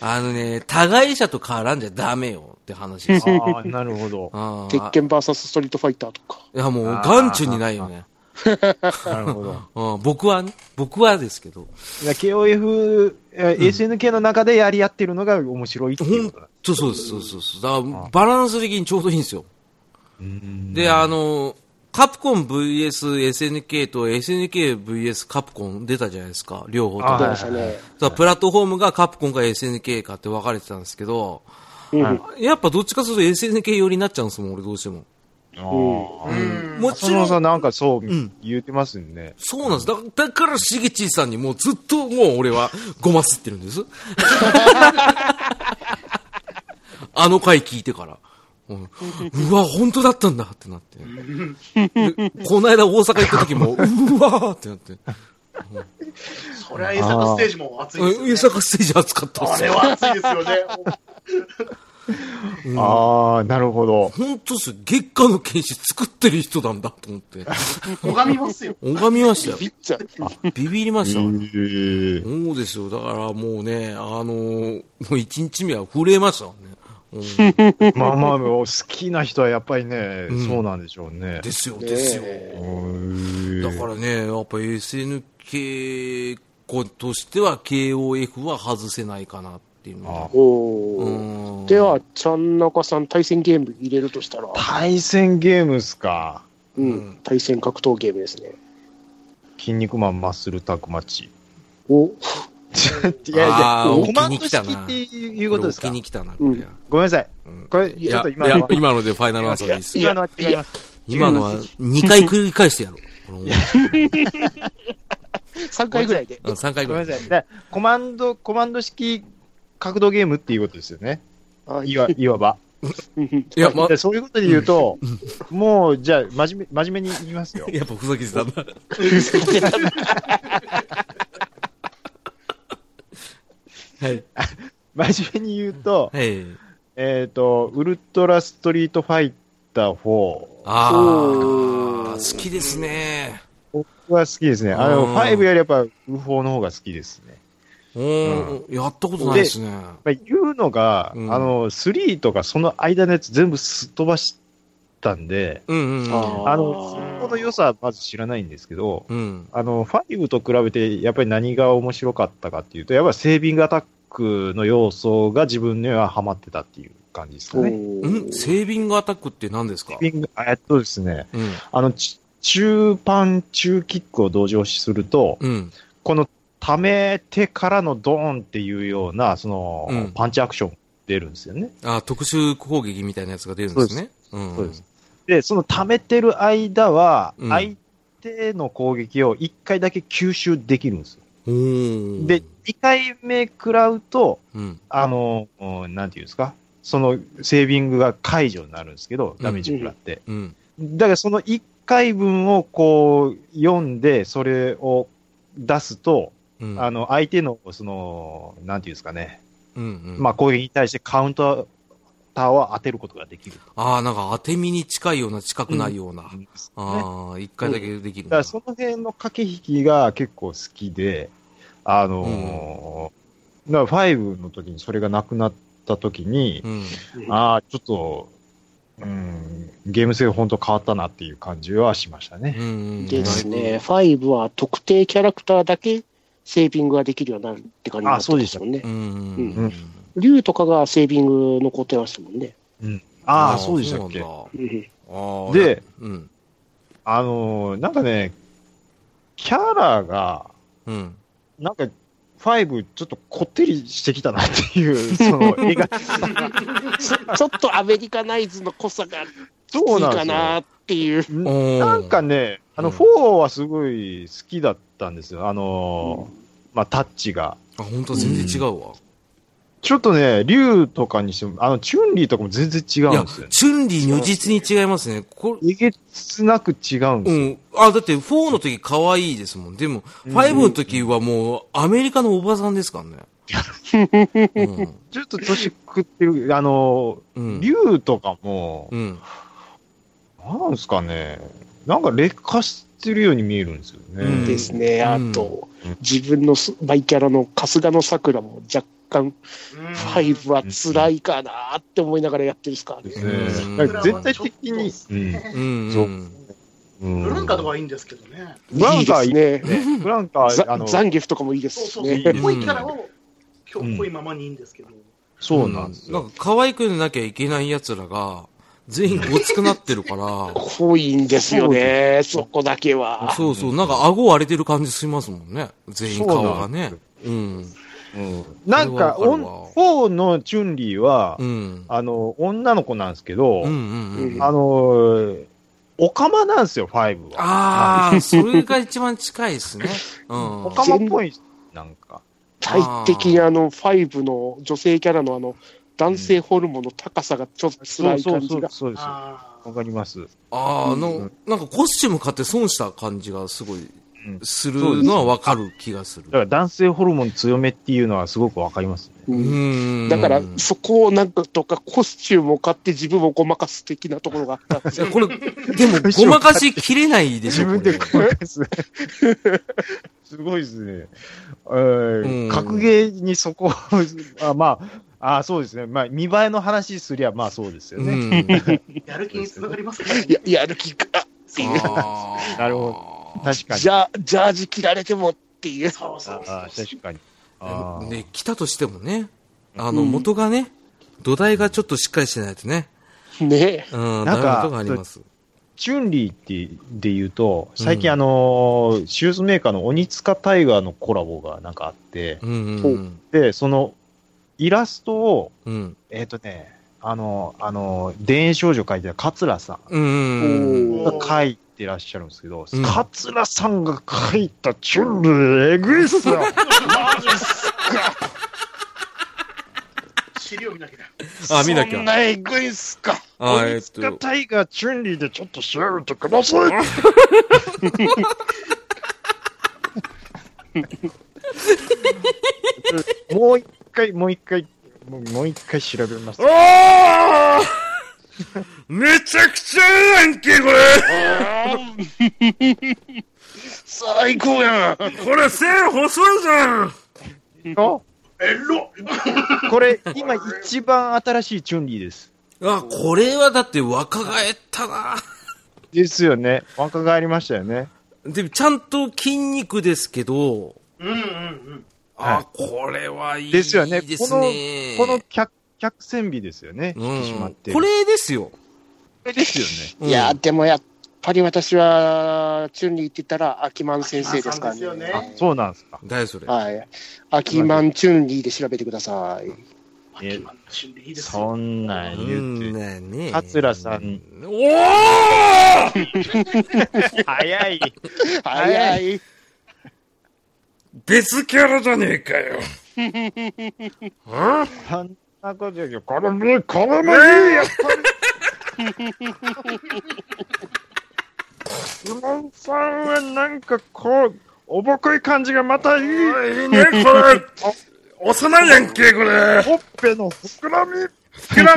Speaker 2: あのね、互い者と絡んじゃダメよって話ですよ。
Speaker 3: ああ、なるほど。
Speaker 2: あ
Speaker 1: 鉄
Speaker 2: あ
Speaker 1: 拳 VS ストリートファイターとか。
Speaker 2: いや、もう眼中にないよね。
Speaker 3: なるほど。
Speaker 2: うん僕はね、僕はですけど。
Speaker 3: いや KOF、え SNK の中でやり合ってるのが面白いっていう
Speaker 2: 本
Speaker 3: こと
Speaker 2: 当
Speaker 3: だ。
Speaker 2: そうです、そうそうそう。だから、バランス的にちょうどいいんですよ。で、あの、カプコン VSSNK と SNKVS カプコン出たじゃないですか、両方と
Speaker 3: あ
Speaker 2: も。
Speaker 1: どうで
Speaker 3: はい
Speaker 1: したね。
Speaker 2: だからプラットフォームがカプコンか SNK かって分かれてたんですけど、
Speaker 1: うん
Speaker 2: やっぱどっちかすると SNK 寄りになっちゃうんですもん、俺どうしても。
Speaker 3: あ
Speaker 2: も
Speaker 3: あ。
Speaker 2: ち
Speaker 3: そ
Speaker 2: ろ
Speaker 3: の
Speaker 2: ん、
Speaker 3: さんなんかそう
Speaker 2: うん
Speaker 3: 言うてますよね。
Speaker 2: そうなんです。だだから、しげちさんにもうずっともう俺はごますってるんです。 あの回聞いてから。うんうわ、本当だったんだってなって。でこの間大阪行った時も、うわーってなって。
Speaker 5: そりゃ、栄作ステージも熱い
Speaker 2: うん、
Speaker 5: で
Speaker 2: 江
Speaker 5: すよ、ね。
Speaker 2: 坂ステージ熱かったで
Speaker 5: あ
Speaker 2: す
Speaker 5: れ
Speaker 2: よ。
Speaker 5: は熱いですよね。
Speaker 3: ああ、なるほど。
Speaker 2: 本当っすよ。月下の剣士作ってる人なんだと思って。
Speaker 5: 拝みますよ。
Speaker 2: 拝みましたよ。
Speaker 1: ビッツァ。
Speaker 2: ビビりましたわ。
Speaker 3: へえ
Speaker 2: そうですよ。だからもうね、あのーもう一日目は震えましたもんね。うん、
Speaker 3: まあまあ、好きな人はやっぱりね
Speaker 2: ん、
Speaker 3: そうなんでしょうね。
Speaker 2: ですよ、
Speaker 1: ねえ
Speaker 2: ですよ。だ
Speaker 3: だ
Speaker 2: からね、やっぱ SNK 子としては KOF は外せないかなっていうの
Speaker 1: お
Speaker 2: う
Speaker 1: ー
Speaker 2: ん
Speaker 1: では、ちゃんなかさん対戦ゲーム入れるとしたら、
Speaker 3: 対戦ゲームっすか。
Speaker 1: うん、対戦格闘ゲームですね。
Speaker 3: 筋肉マンマッスルタックマッチ。
Speaker 1: お、
Speaker 3: いやいや、
Speaker 2: あー
Speaker 3: コマン
Speaker 2: 置き
Speaker 3: ド
Speaker 2: に来た
Speaker 3: 式
Speaker 2: な
Speaker 3: っていうことです
Speaker 2: 俺
Speaker 3: か
Speaker 2: 置きに来たな、
Speaker 1: うん
Speaker 2: こりゃ
Speaker 3: ごめんなさい。
Speaker 2: うん
Speaker 3: これ、
Speaker 2: い
Speaker 3: ちょっ
Speaker 2: や
Speaker 3: と
Speaker 2: 今
Speaker 3: 今のは。
Speaker 2: 今のでファイナルアンサーでいいっすよ
Speaker 3: 今のは違います。
Speaker 2: 今のは2回繰り返してやろう。
Speaker 1: 3回ぐらいで。
Speaker 2: 3回
Speaker 3: ご
Speaker 2: ぐ
Speaker 3: め
Speaker 2: らい。
Speaker 3: んなさい。だからコマンド、コマンド式格闘ゲームっていうことですよね。
Speaker 1: はい
Speaker 3: わ、いわば。
Speaker 1: うん
Speaker 2: いや、ま、
Speaker 3: でそういうことで言うと、もう、じゃあ、真面目、真面目に言います よ。
Speaker 2: やっぱふざけてた んだ。はい。
Speaker 3: 真面目に言うと、
Speaker 2: はい。
Speaker 3: えっ、と、ウルトラストリートファイター4。
Speaker 2: ああ、
Speaker 1: おー
Speaker 2: 好きですね。
Speaker 3: 僕は好きですね。あ
Speaker 2: う
Speaker 3: の、
Speaker 2: ん
Speaker 3: 5よりやっぱ UFO の方が好きですね。
Speaker 2: うーん、やったことないですね。
Speaker 3: やっぱり言うのが、
Speaker 2: うん
Speaker 3: あの、3とかその間のやつ全部すっ飛ばしたんで、
Speaker 2: うんうんうん。
Speaker 1: あー
Speaker 3: あの、そこの良さはまず知らないんですけど、
Speaker 2: うん。
Speaker 3: あの、5と比べて、やっぱり何が面白かったかっていうと、やっぱりセービングアタックの要素が自分にはハマってたっていう感じですかね。
Speaker 2: んセービングアタックって何ですか
Speaker 3: セービング、えっとですね、
Speaker 2: うん。
Speaker 3: あの、ち中パン、中キックを同情視すると、
Speaker 2: うん。
Speaker 3: この、溜めてからのドーンっていうような、その、
Speaker 2: うん
Speaker 3: パンチアクションが出るんですよね。
Speaker 2: あー特殊攻撃みたいなやつが出るんですね。うん。
Speaker 3: そうです。で、その溜めてる間は、
Speaker 2: うん
Speaker 3: 相手の攻撃を1回だけ吸収できるんですよ。
Speaker 2: おー
Speaker 3: で、2回目食らうと、
Speaker 2: うん。
Speaker 3: あの、うんなんていうんですか、そのセービングが解除になるんですけど、ダメージ食らって。
Speaker 2: うん。
Speaker 3: だからその1回分をこう読んで、それを出すと、
Speaker 2: うん。
Speaker 3: あの、相手の、その、なんていうんですかね、
Speaker 2: うんうん。
Speaker 3: まあ攻撃に対してカウンター、を当てることができる
Speaker 2: ああ、なんか当て身に近いような、近くないような。
Speaker 3: んですね。だか
Speaker 2: ああ、一回だけできるんだ。
Speaker 3: らその辺の駆け引きが結構好きで、あのーだから5の時にそれがなくなった時に、
Speaker 2: うん。
Speaker 3: ああ、ちょっと、うん、ゲーム性が本当変わったなっていう感じはしました
Speaker 2: う
Speaker 3: ね。
Speaker 2: ん。
Speaker 1: ですね。。5は特定キャラクターだけセービングができるようになるって感じになってますもんね
Speaker 2: う。ん。
Speaker 3: う
Speaker 2: うん
Speaker 3: ん。
Speaker 1: 竜とかがセービングの固定はしたもんね。
Speaker 3: ああ、そうでしたっけ
Speaker 2: そう。なん
Speaker 1: う
Speaker 2: だ
Speaker 1: ん
Speaker 2: ああ。
Speaker 3: で、
Speaker 2: うん。
Speaker 3: あのーなんかね、キャラが、
Speaker 2: うん。
Speaker 3: なんか、ファイブちょっとこってりしてきたなっていう、 その映画、
Speaker 1: ちょちょっとアメリカナイズの濃さがきつ
Speaker 3: そう
Speaker 1: い
Speaker 3: なんで
Speaker 1: か
Speaker 3: す
Speaker 1: な
Speaker 3: よ。
Speaker 1: っていう。
Speaker 3: なんかね、あ
Speaker 2: う
Speaker 3: の、
Speaker 2: ん
Speaker 3: 4はすごい好きだったんですよ。あのーまあ、タッチが。
Speaker 2: あ、本当全然違うわ。
Speaker 3: ちょっとね、竜とかにしても、あの、チュンリーとかも全然違
Speaker 2: い
Speaker 3: うん
Speaker 2: や
Speaker 3: ですよ、ね。
Speaker 2: チュンリー如実に違いますね。これ、
Speaker 3: えげつなく違うんです
Speaker 2: う
Speaker 3: よ。
Speaker 2: ん。あ、だって4の時可愛いですもん。でも、5の時はもうアメリカのおばさんですからね。うん
Speaker 3: ちょっと年食ってる、あの、
Speaker 2: うん。
Speaker 3: 竜とかも
Speaker 2: う、ん。
Speaker 3: なんですかね、なんか劣化してるように見えるんですよ
Speaker 2: うん
Speaker 3: ね。
Speaker 1: ですね。あ
Speaker 2: うん
Speaker 1: と
Speaker 3: うん、
Speaker 1: 自分のすマイキャラの春日の桜も若干、5は辛いかなって思いながらやってるっすから
Speaker 3: で
Speaker 1: ね
Speaker 3: す
Speaker 2: う
Speaker 3: ね。
Speaker 2: ん
Speaker 3: だから全体的に、
Speaker 2: うんうん。
Speaker 3: そうう
Speaker 5: ブ
Speaker 3: ん
Speaker 5: ランカとかはいいんですけどね。
Speaker 3: ブラ
Speaker 1: い
Speaker 3: ン
Speaker 1: いで
Speaker 3: カ
Speaker 1: す
Speaker 3: いいね。
Speaker 1: ね。
Speaker 3: ブランカ、
Speaker 1: ザ
Speaker 3: あの、
Speaker 1: ザンギエフとかもいいで
Speaker 5: そう
Speaker 1: す
Speaker 5: そう
Speaker 1: ね。
Speaker 5: そう。
Speaker 2: ね
Speaker 5: 濃いキャラを、今日濃いままにいいんですけど。
Speaker 3: そうなんです
Speaker 2: な
Speaker 3: よ。
Speaker 2: んか可愛くなきゃいけない奴らが、全員ごつくなってるから、
Speaker 1: 濃いんですよね、そこだけは。
Speaker 2: そうそう、なんか顎割れてる感じしますもんね。全員顔がね
Speaker 3: そうなん。
Speaker 2: うん。
Speaker 3: うんなんか、
Speaker 2: それはわ
Speaker 3: オ
Speaker 2: かる
Speaker 3: ン
Speaker 2: わ
Speaker 3: 4のチュンリーは
Speaker 2: う、ん。
Speaker 3: あの、女の子なんですけど
Speaker 2: うんう、んうん。
Speaker 3: あの、オカマなんですよ、5は。
Speaker 2: ああ、それが一番近いですね。うん。
Speaker 3: オカマっぽい、なんか。
Speaker 1: 大敵にあの、5の女性キャラのあの、男性ホルモンの高さがちょっと
Speaker 3: そ
Speaker 1: 辛
Speaker 3: う
Speaker 1: い
Speaker 3: そう
Speaker 1: 感
Speaker 3: そ
Speaker 1: じ
Speaker 3: う
Speaker 1: が。
Speaker 3: そうです。わ
Speaker 5: ああ。
Speaker 3: かります。
Speaker 2: ああ、
Speaker 1: うん
Speaker 2: の、なんかコスチューム買って損した感じがすごい
Speaker 3: うん、
Speaker 2: するのはわかる気がす
Speaker 3: だか
Speaker 2: る。
Speaker 3: ら男性ホルモン強めっていうのはすごくわかりますね。
Speaker 1: う
Speaker 2: う
Speaker 1: ん
Speaker 2: ん。
Speaker 1: だから
Speaker 2: い、
Speaker 1: そこをなんかとか、コスチュームを買って自分をごまかす的なところがあったんですよ。
Speaker 2: やこれ、でも、ごまかしきれないでし
Speaker 3: 自
Speaker 2: ょ。
Speaker 3: 分で
Speaker 2: こ
Speaker 3: ごまかす。 すごいですね。え
Speaker 2: うん
Speaker 3: ー格ゲーにそこを あ、まあ、あそうですね。まあ、見栄えの話すりゃ、まあそうですよ
Speaker 2: れ
Speaker 3: ね。
Speaker 2: うん。
Speaker 5: やる気につながりますね。
Speaker 1: いや、やる気が。っていう
Speaker 2: あー
Speaker 3: なるほ確かに
Speaker 1: じ。ゃあ、ジャージ着られてもっていう。
Speaker 5: そうそう
Speaker 3: あ
Speaker 5: そう。
Speaker 3: 確かに。あー
Speaker 2: ね、来たとしてもね、あの、
Speaker 1: うん
Speaker 2: 元がね、土台がちょっとしっかりしてないとね、
Speaker 1: ね
Speaker 2: うん、ダ
Speaker 3: なんか
Speaker 2: メなことがあります。
Speaker 3: チュンリーってで言うと、最近、あのーシューズメーカーの鬼塚タイガーのコラボがなんかあって、
Speaker 2: うんうん
Speaker 3: で、そのイラストを、
Speaker 2: うん。うん。
Speaker 3: えっ、とね、あの、あの、田園少女描いてた桂さ
Speaker 2: うんうんうんうん。
Speaker 3: ん
Speaker 5: お
Speaker 3: が
Speaker 5: ー
Speaker 3: 描いてらっしゃるんですけど、
Speaker 2: うん
Speaker 3: 桂さんが描いたチュンリー、えぐいっすよ
Speaker 5: マジっすか。資料見なきゃだ。
Speaker 2: あ、見なき
Speaker 3: そん
Speaker 2: ゃ。
Speaker 3: なえぐいっすか
Speaker 2: あ、え
Speaker 3: 鬼
Speaker 2: っ
Speaker 3: 塚
Speaker 2: と。
Speaker 3: タイガー、チュンリーでちょっと調べてく ださいもう一回、もう一回、もうもう一回調べます。
Speaker 4: あーめちゃくちゃええやんけ、これ
Speaker 1: 最高やん
Speaker 4: これ線細いじゃん
Speaker 3: こ
Speaker 5: えろ
Speaker 3: れ、今一番新しいチュンリーです。
Speaker 2: あ、これはだって若返ったな。
Speaker 3: ですよね。若返りましたよね。
Speaker 2: でもちゃんと筋肉ですけど、
Speaker 5: うんうんうん。
Speaker 3: は
Speaker 2: あ、これはいい
Speaker 3: で
Speaker 2: ですす
Speaker 3: よね
Speaker 2: ね。
Speaker 3: この客、客船美ですよね。引き締ま
Speaker 2: う
Speaker 3: っ
Speaker 2: ん
Speaker 3: て、る。
Speaker 2: これですよ。
Speaker 3: れですよ
Speaker 2: う
Speaker 3: ね。
Speaker 2: ん
Speaker 1: いや、でもやっぱり私は、チュンリーって言ったら、秋満先生ですから
Speaker 5: 秋満さんです
Speaker 3: あ
Speaker 5: よ
Speaker 1: ね。、
Speaker 3: そうなんですか。
Speaker 2: 誰それ。
Speaker 1: はい。秋満チュンリーで調べてください。
Speaker 3: え
Speaker 5: 秋満チュンリーいいですよ。
Speaker 3: そんなん言って。
Speaker 2: なね
Speaker 3: 桂さん。
Speaker 2: おお
Speaker 3: 早い。
Speaker 1: 早い。
Speaker 4: 別キャラじゃねえか よ。
Speaker 3: そんなことより、これも、これもいいやっぱり。 質問さんはなんかこう、おぼこい感じがまたいい。
Speaker 4: いいね、これ。幼いやんけ、これ。
Speaker 3: ほっぺの膨らみ。
Speaker 4: 膨ら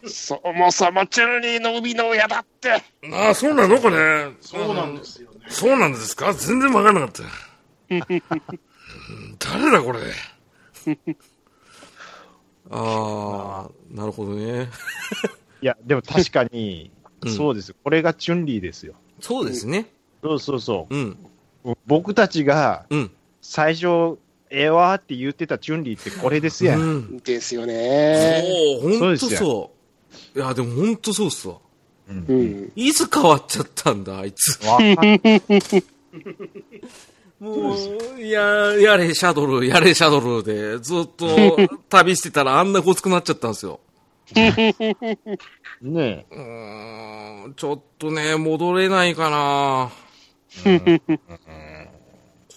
Speaker 4: み。
Speaker 1: そもそもチュンリーの海の親だって。
Speaker 4: ああ、そうなのこれ。
Speaker 5: そうなんですよね。
Speaker 4: そうなんですか全然わからな かった。誰だ、これ。
Speaker 2: ああ、なるほどね。
Speaker 3: いや、でも確かに、そうです。これがチュンリーですよ。
Speaker 2: そうですね。
Speaker 3: そうそうそ
Speaker 2: うん。
Speaker 3: う。僕たちが
Speaker 2: うん。
Speaker 3: 最初、ええわーって言ってたチュンリーってこれですや。
Speaker 2: うんん。
Speaker 1: ですよ
Speaker 2: そ
Speaker 1: ね。
Speaker 2: う、
Speaker 3: そう
Speaker 2: ほん
Speaker 3: で
Speaker 2: と
Speaker 3: すよ
Speaker 2: そう。いや、でもほんとそうっすわ。
Speaker 1: うん。
Speaker 2: いつ変わっちゃったんだ、あいつ。
Speaker 3: わかん
Speaker 2: もう、いや、やれシャドル、やれシャドルで、ずっと旅してたらあんなごつくなっちゃったんですよ。
Speaker 3: ね
Speaker 2: うーん、ちょっとね、戻れないかな。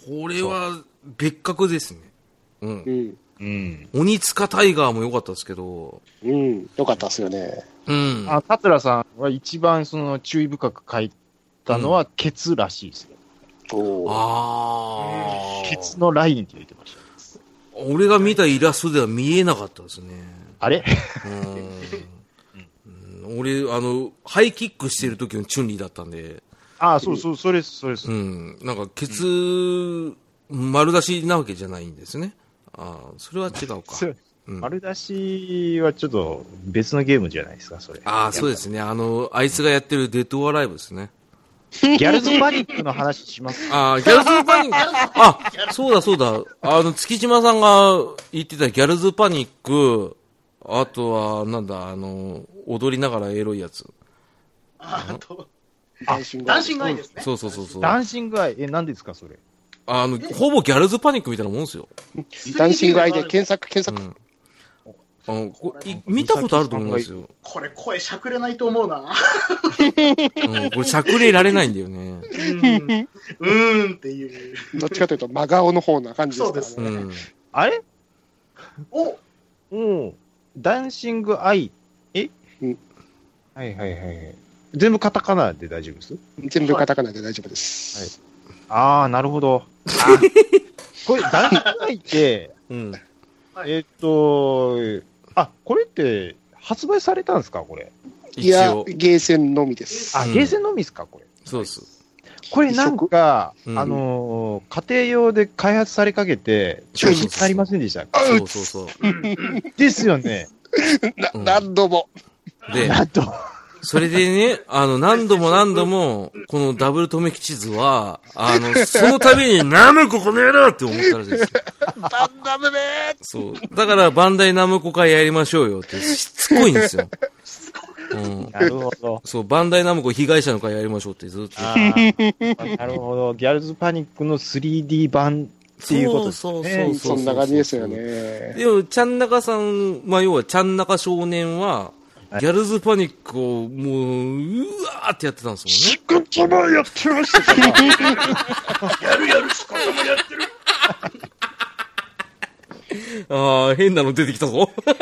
Speaker 2: これは別格ですね。うん
Speaker 1: う。ん。
Speaker 3: え。うん。
Speaker 2: 鬼塚タイガーも良かったですけど、
Speaker 1: うん。よかったっすよね。
Speaker 2: うん。
Speaker 3: あ、桂さんは一番その注意深く書いたのは、ケツらしいですよ。
Speaker 1: おー
Speaker 2: あ
Speaker 3: ケツ
Speaker 2: ー。
Speaker 3: のラインって言ってました。
Speaker 2: 俺が見たイラストでは見えなかったですね。
Speaker 3: あれ
Speaker 2: うーん。うん俺、あの、ハイキックしてる時のチュンリーだったんで、
Speaker 3: あ、そうそう、それです、それです
Speaker 2: う。ん。なんか、ケツ、丸出しなわけじゃないんですね。ああ、それは違うか。
Speaker 3: そう
Speaker 2: うん
Speaker 3: 丸出しはちょっと別のゲームじゃないです か、それ。。
Speaker 2: ああ、そうですすね。あの、あいつがやってるデッドオアライブですね。
Speaker 3: ギャルズパニックの話します。
Speaker 2: ああ、 ギャルズパニック。あ、そうだそうだ。あの、月島さんが言ってたギャルズパニック、あとは、なんだ、あの、踊りながらエロいやつ。
Speaker 5: あと、
Speaker 1: 男子が
Speaker 5: 男子がいいですね。
Speaker 2: そうそうそうそう。
Speaker 3: ダンシングアイ、え、何ですか、それ。
Speaker 2: あの、ほぼギャルズパニックみたいなもんですよ。
Speaker 1: 男子がいで検索、検
Speaker 2: う
Speaker 1: 索。
Speaker 2: ん。あのこい見たことあると思いますよ。
Speaker 5: これ声しゃくれないと思うな。
Speaker 2: うん、これ、しゃくれられないんだよね。
Speaker 5: うーん。うーんっていう。
Speaker 1: どっちかというと、真顔の方な感じですから
Speaker 5: そう
Speaker 2: う
Speaker 5: で
Speaker 1: ね。
Speaker 2: ん。
Speaker 3: あれ
Speaker 5: お
Speaker 3: うん。ダンシングアイ。え
Speaker 1: うん
Speaker 3: はいはいはいはい。全部カタカナで大丈夫です
Speaker 1: 全部カタカナで大丈夫です。
Speaker 3: ああ、なるほど。 これ、ダンシングアイって、
Speaker 2: うん。
Speaker 3: えーっと、あ、これって発売されたんですか、これ。
Speaker 1: い
Speaker 2: 一
Speaker 1: や
Speaker 2: 応、。
Speaker 1: ゲーセンのみです。
Speaker 3: あ、
Speaker 2: うん
Speaker 3: ゲーセンのみですか、これ。
Speaker 2: そうです。
Speaker 3: これなんか、
Speaker 2: うん
Speaker 3: あのー家庭用で開発されかけて、ちょいありませんでした。
Speaker 2: そうそうそう。
Speaker 3: ですよね。
Speaker 1: な
Speaker 2: うん
Speaker 1: 何度も。
Speaker 2: で、
Speaker 3: あと、
Speaker 2: それでね、あの、何度も何度も、このダブル留吉図は、あの、その度に、ナムコこの野郎って思ったらしいですよ。
Speaker 1: バンダムね
Speaker 2: そう。だから、バンダイナムコ会やりましょうよって、しつこいんですよ。うん
Speaker 3: なるほど。
Speaker 2: そう、バンダイナムコ被害者の会やりましょうってずっと。
Speaker 3: あーなるほど。ギャルズパニックの 3D 版っていうことですね。
Speaker 2: そうそう
Speaker 1: そんな感じですよ。ね。
Speaker 2: でも、ちゃんなかさん、まあ、要は、ちゃんなか少年は、ギャルズパニックを、もう、うわーってやってたんです
Speaker 5: くっともやってました からやるやる、しかもやってる。
Speaker 2: もんね。ああ、変なの出てきたぞ。
Speaker 3: っ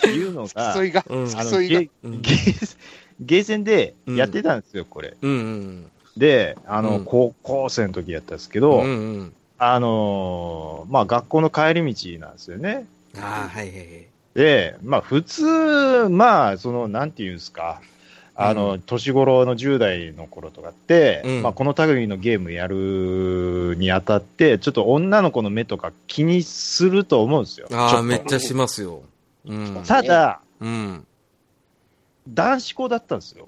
Speaker 3: ていうの が、
Speaker 1: そいが、
Speaker 2: うん
Speaker 3: あの
Speaker 1: そいが。
Speaker 3: ゲ
Speaker 2: うん
Speaker 3: ゲーゲーセンでやってたんですよ、これ。
Speaker 2: うんうん。
Speaker 3: で、あ
Speaker 2: う
Speaker 3: の、
Speaker 2: ん
Speaker 3: 高校生の時やったんですけ
Speaker 2: う
Speaker 3: ど、
Speaker 2: んうん。
Speaker 3: あのーまあ、学校の帰り道なんですよね。
Speaker 2: ああ、はいはいはい。
Speaker 3: で、まあ、普通、まあ、その、なんていうんですか、あの、年頃の10代の頃とかって、
Speaker 2: うん
Speaker 3: まあ、この類のゲームやるにあたって、ちょっと女の子の目とか気にすると思うんですよ。
Speaker 2: あ
Speaker 3: ち
Speaker 2: あ、
Speaker 3: ょ
Speaker 2: め
Speaker 3: っ
Speaker 2: っちゃしますよ。うん。
Speaker 3: とただ、
Speaker 2: うん。
Speaker 3: 男子校だったんですよ。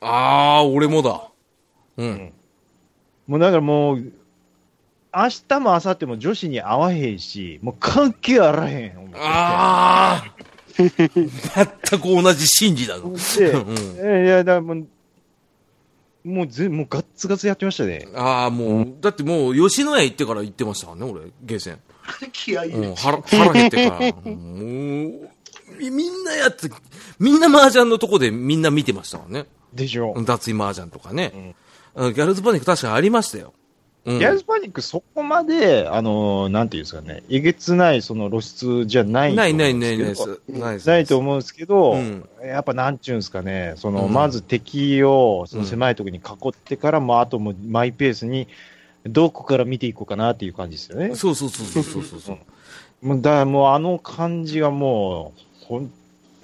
Speaker 2: ああ、俺もだ。うん。
Speaker 3: もうだからもう、明日も明後日も女子に会わへんし、もう関係あらへん思って
Speaker 2: あ あ、全く同じ心理だぞ。
Speaker 3: て。
Speaker 2: う
Speaker 3: で
Speaker 2: ん。
Speaker 3: えーいや、だからもう、もうぜ、もうガッツガツやってましたね。
Speaker 2: ああ、もう、だってもう、吉野家行ってから行ってましたからね、俺、ゲーセン。
Speaker 5: 気合い入
Speaker 2: うん、
Speaker 5: れ
Speaker 2: 腹、腹減ってから。もう、みみんなやって、みんな麻雀のとこでみんな見てましたからね。
Speaker 3: でしょ。
Speaker 2: 脱衣麻雀とかね。うん、ギャルズパニック確かにありましたよ。うん。
Speaker 3: ギャルズパニック、そこまで、あのーなんていうんですかね、えげつないその露出じゃない
Speaker 2: ない
Speaker 3: と
Speaker 2: な
Speaker 3: 思う
Speaker 2: い
Speaker 3: ん
Speaker 2: ないない
Speaker 3: で
Speaker 2: です
Speaker 3: けど
Speaker 2: す。ないです。
Speaker 3: ないと思うんですけど、
Speaker 2: うん
Speaker 3: やっぱなんちゅうんですかね、その、
Speaker 2: うん
Speaker 3: まず敵をその
Speaker 2: うん
Speaker 3: 狭いところに囲ってから、もうあともうマイペースに、どこから見ていこうかなっていう感じですよね。
Speaker 2: そうそうそうそうそうそう。
Speaker 3: もうだからもうあの感じがもう、ほん、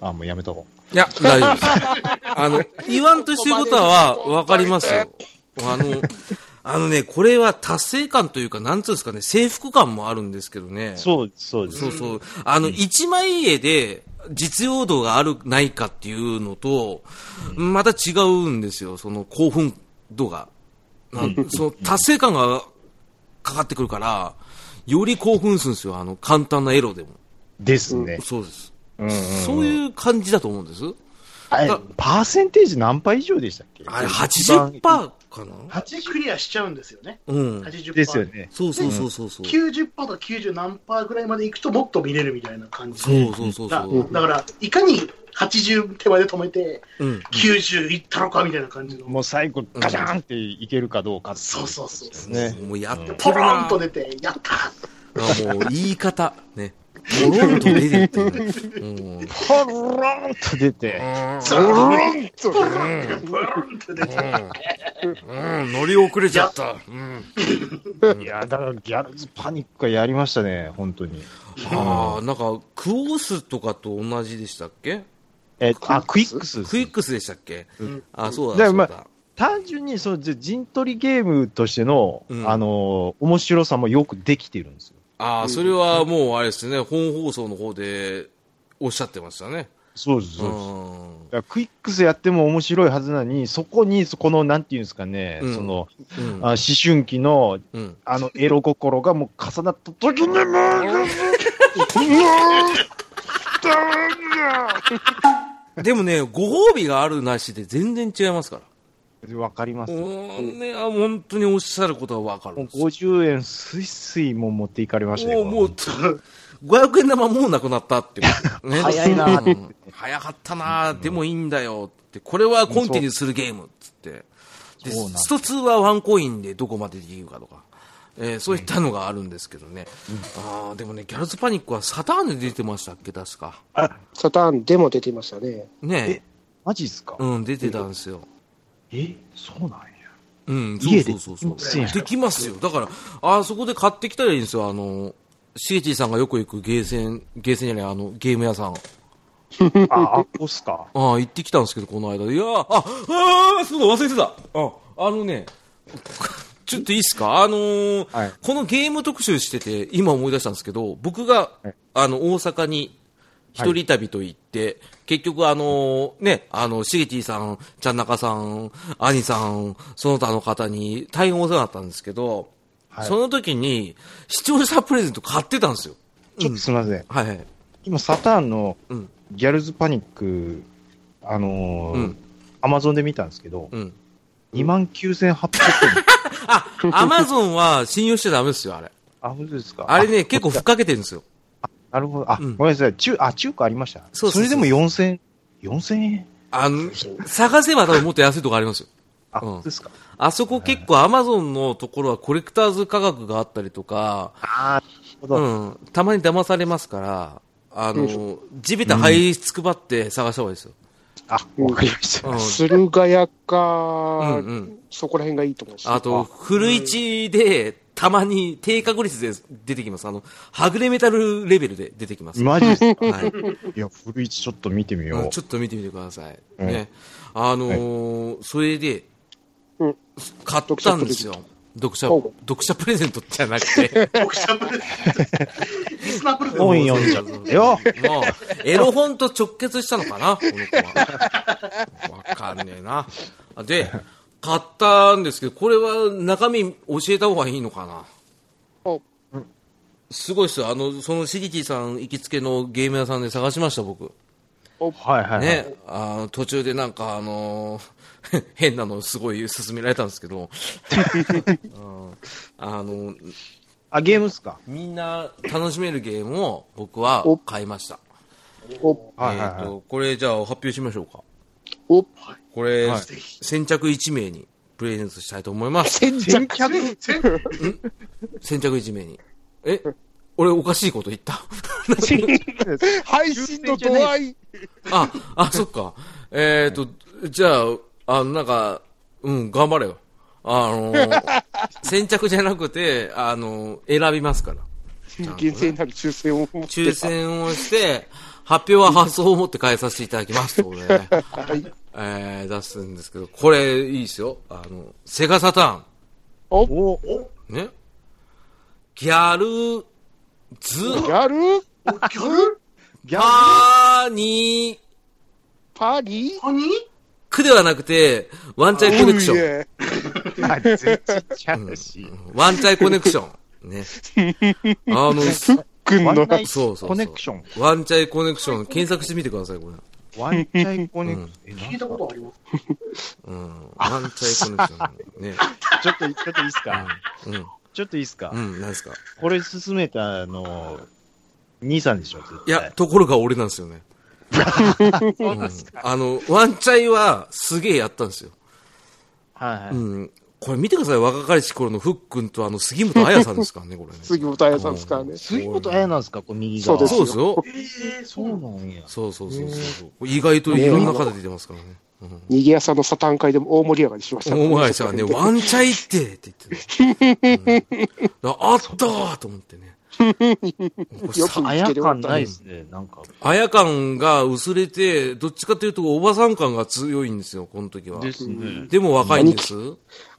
Speaker 3: あ、もうやめとこう。
Speaker 2: いや、大丈夫です。あの、言わんとしてることはわかりますよ。あの、あのね、これは達成感というか、なんつうんですかね、征服感もあるんですけどね。
Speaker 3: そう、そうです。
Speaker 2: そうそう。あの、一枚絵で実用度がある、ないかっていうのと、また違うんですよ、その興奮度が。あその達成感がかかってくるから、より興奮するんですよ、あの、簡単なエロでも。
Speaker 3: ですね。
Speaker 2: そうです。
Speaker 3: うんうん
Speaker 2: そういう感じだと思うんです。
Speaker 3: あれ
Speaker 2: だ
Speaker 3: パーセンテージ何パー以上でしたっけ
Speaker 2: あれ、80%かな
Speaker 5: て、クリアしちゃうんですよね。
Speaker 2: うん。
Speaker 5: 80%。
Speaker 3: ですよ。ね。
Speaker 2: そうそうそうそうそう。
Speaker 5: 90%とか90何パーぐらいまでいくともっと見れるみたいな感じ
Speaker 2: そうそうそう
Speaker 5: だ
Speaker 2: そう。
Speaker 5: だから、いかに80手前で止めて、
Speaker 2: うん。
Speaker 5: 90いったのかみたいな感じの。
Speaker 3: もう最後、ガシャーンっていけるかどうかってい
Speaker 5: そうそうそう。
Speaker 3: ね。
Speaker 2: もうやってる
Speaker 5: ポロ
Speaker 2: な
Speaker 5: ンと出て、やった
Speaker 2: あもう言い方。ね。ポロンと出てっていうね。うん
Speaker 3: ポロンと出て、
Speaker 5: ゾロン
Speaker 1: そう
Speaker 5: ポロンって、ポロンって出て、
Speaker 4: うん、乗り遅れちゃった。うん。
Speaker 3: いや、だからギャルズパニックがやりましたね、本当に。
Speaker 2: ああ、なんか、クオースとかと同じでしたっけ
Speaker 3: えっと、あ、クイックスです
Speaker 2: クイックスでしたっけ、あ、そうだ、そ
Speaker 3: だから
Speaker 2: う
Speaker 3: ま
Speaker 2: だ。
Speaker 3: あ単純にそのじ陣取りゲームとしての、
Speaker 2: うん
Speaker 3: あのー面白さもよくできてるんですよ。
Speaker 2: ああ、それはもうあれですね、本放送の方でおっしゃってましたね。
Speaker 3: そうです、
Speaker 2: う
Speaker 3: そうです。
Speaker 2: ん。
Speaker 3: だからクイックスやっても面白いはずなのに、そこに、そこの、なんていうんですかね、
Speaker 2: うん
Speaker 3: その、
Speaker 2: うん
Speaker 3: あ思春期の、
Speaker 2: うん。
Speaker 3: あの、エロ心がもう重なった時に、もう、うわ
Speaker 2: でもね、ご褒美があるなしで全然違いますから。
Speaker 3: ーわかります。
Speaker 2: う
Speaker 3: も
Speaker 2: ん、ね、あ本当におっしゃることはわかる
Speaker 3: うん
Speaker 2: ですよ
Speaker 3: 50円すいすいもう持っていかれましたね。
Speaker 2: もう、もう、500円玉もうなくなったってこと、 ね
Speaker 3: 早いな
Speaker 2: うん早かったな、でもいいんだよって。これはコンティニューするゲームっつって。で、
Speaker 3: そうなん
Speaker 2: スト2はワンコインでどこまでできるかとか。えーそういったのがあるんですけどね。ああ、でもね、ギャルズパニックはサターンで出てましたっけ、確か。
Speaker 1: サターンでも出てましたね。
Speaker 2: ね
Speaker 3: マジっすか、
Speaker 2: うん、出てたんですよ。
Speaker 3: え、そうなんや。
Speaker 2: うん、そう
Speaker 3: 家
Speaker 2: そ
Speaker 3: で
Speaker 2: うそうそう
Speaker 3: そうや
Speaker 2: できますよ。だから、あそこで買ってきたらいいんですよ。あの、シゲティさんがよく行くゲーセン、ゲーセンじゃない、あの、ゲーム屋さん。
Speaker 3: あ、あっこっすか。
Speaker 2: ああ、行ってきたんですけど、この間。いやーあ、ああ、そうだ、忘れてた。あ、あのね、 ちょっといいっすかあのー
Speaker 3: はい
Speaker 2: このゲーム特集してて、今思い出したんですけど、僕が、あの、大阪に、一人旅と行って、結局あのーね、あの、シゲティさん、ちゃんなかさん、アニさん、その他の方に大変お世話だったんですけど、
Speaker 3: はい
Speaker 2: その時に、視聴者プレゼント買ってたんですよ。
Speaker 3: ちょっとすみません。
Speaker 2: はいはい。
Speaker 3: 今、サターンの
Speaker 2: うん
Speaker 3: ギャルズパニックあの
Speaker 2: うん
Speaker 3: アマゾンで見たんですけど、
Speaker 2: うん。
Speaker 3: 2万9800円。
Speaker 2: あ、アマゾンは信用しちゃダメですよ、あれ。
Speaker 3: あ、本当ですか
Speaker 2: あれね、結構ふっかけてるんですよ。
Speaker 3: なるほど。あ、
Speaker 2: うん
Speaker 3: ごめんなさい。中、あ、中華ありました。
Speaker 2: そうそうそう
Speaker 3: れでも4000、4000円
Speaker 2: あの、探せば多分もっと安いとこありますよ。
Speaker 3: あ、
Speaker 2: うん
Speaker 3: そうですか。
Speaker 2: あそこ結構アマゾンのところはコレクターズ価格があったりとか、
Speaker 3: ああ、なるほど。
Speaker 2: うん、たまに騙されますから、あの、地べた這いつくばって探した方がいいですよ。
Speaker 3: あ、わかりました。
Speaker 2: うん
Speaker 1: 駿河屋
Speaker 2: うん
Speaker 1: か、
Speaker 2: うん。
Speaker 1: そこら辺がいいと思います。
Speaker 2: あと、古市で、たまに低確率で出てきます。あの、はぐれメタルレベルで出てきます。
Speaker 3: マジです か
Speaker 2: はい。
Speaker 3: いや、古市ちょっと見てみよ
Speaker 2: う。
Speaker 3: うん
Speaker 2: ちょっと見てみてください。
Speaker 3: うん
Speaker 2: ね。あのーそれで、
Speaker 1: うん
Speaker 2: 買ったんですよ。読者、
Speaker 1: おう
Speaker 2: 読者プレゼントじゃな くて、
Speaker 5: 読者 プレゼント。リスナープレゼント。
Speaker 3: 本読んじゃったよ。
Speaker 2: もう、エロ本と直結したのかな、この子は。わかんねえな。で、買ったんですけど、これは中身教えた方がいいのかな。
Speaker 1: お
Speaker 2: すごいっすよ。あの、そのシギティさん行きつけのゲーム屋さんで探しました、僕。
Speaker 3: はいはいはい。
Speaker 2: ね、あの途中でなんか、あの ー変なのすごい勧められたんですけど、うんあの
Speaker 3: あ、ゲームっすか
Speaker 2: みんな楽しめるゲームを僕は買いました。
Speaker 1: お
Speaker 3: はいは
Speaker 2: え
Speaker 3: い
Speaker 2: ー
Speaker 3: はい。
Speaker 2: とこれじゃあ発表しましょうか。
Speaker 1: お
Speaker 2: これ、
Speaker 3: はい
Speaker 2: 先着1名にプレゼントしたいと思います。
Speaker 1: 先着
Speaker 5: 全然
Speaker 2: 先着1名に。え俺おかしいこと言った
Speaker 1: 配信の度合い、
Speaker 2: あ、あ、そっか。えっ、と、じゃあ、あの、なんか、うん、頑張れよ。あのー、先着じゃなくて、あのー、選びますから。
Speaker 1: 厳正なる抽選を持って
Speaker 2: 抽選をして、発表は発送を持って変えさせていただきますと、ね、えー、出すんですけど、これ、いいですよ。あの、セガサタ
Speaker 3: お
Speaker 2: ーン、ね。ギャル、ズ、
Speaker 1: やる
Speaker 5: ギャル
Speaker 3: ギャ
Speaker 2: パーニー
Speaker 1: パリ
Speaker 5: パニー
Speaker 2: クではなくて、ワンチャイコネクション。
Speaker 1: ン。
Speaker 3: ル全然ちゃうし。
Speaker 2: ワンチャイコネクション。ね。あ の、そ
Speaker 1: 君
Speaker 3: ワン
Speaker 1: の
Speaker 3: ナイ
Speaker 2: そうそうそう
Speaker 3: コネクション。
Speaker 2: ワンチャイコネクション検索してみてください、これ。
Speaker 3: ワンチャイコネクション。え
Speaker 5: 聞いたことあります。
Speaker 2: うん。ワンチャイコネクション。ね。
Speaker 3: ちょっと、ちょっといいっすか
Speaker 2: うん。
Speaker 3: ちょっといいっすか
Speaker 2: うん、なんですか。
Speaker 3: これ進めたの、兄さんでしょ絶対
Speaker 2: いや、ところが俺なんですよ ね。うんあの、ワンチャイはすげえやったんですよ。
Speaker 3: はいは
Speaker 2: う
Speaker 3: い。
Speaker 2: ん。これ見てください、若かりし頃のふっくんとあの、杉本彩さんですからね、これね。
Speaker 1: 杉本彩さんですからね。
Speaker 3: 杉本彩なんですかこの右
Speaker 1: そうで
Speaker 3: 側。
Speaker 1: す
Speaker 2: そうですよ。
Speaker 5: えー、そ
Speaker 3: そう
Speaker 5: な
Speaker 3: う
Speaker 5: の
Speaker 3: なんや。
Speaker 2: そうそうそうそう。意外といろんな方出てますからね。うん。
Speaker 1: 逃げ屋さんのサタン会でも大盛り上がりしましたから、
Speaker 2: 大前さんはね、ワンチャイってって言ってね。うんあったーと思っ てね。
Speaker 1: よく
Speaker 3: あ
Speaker 1: 見つ
Speaker 3: や
Speaker 1: けるわ
Speaker 3: 感ないですね。なんか。
Speaker 2: あや感が薄れて、どっちかというとおばさん感が強いんですよ、この時は。
Speaker 3: ですね。
Speaker 2: でも若いんです。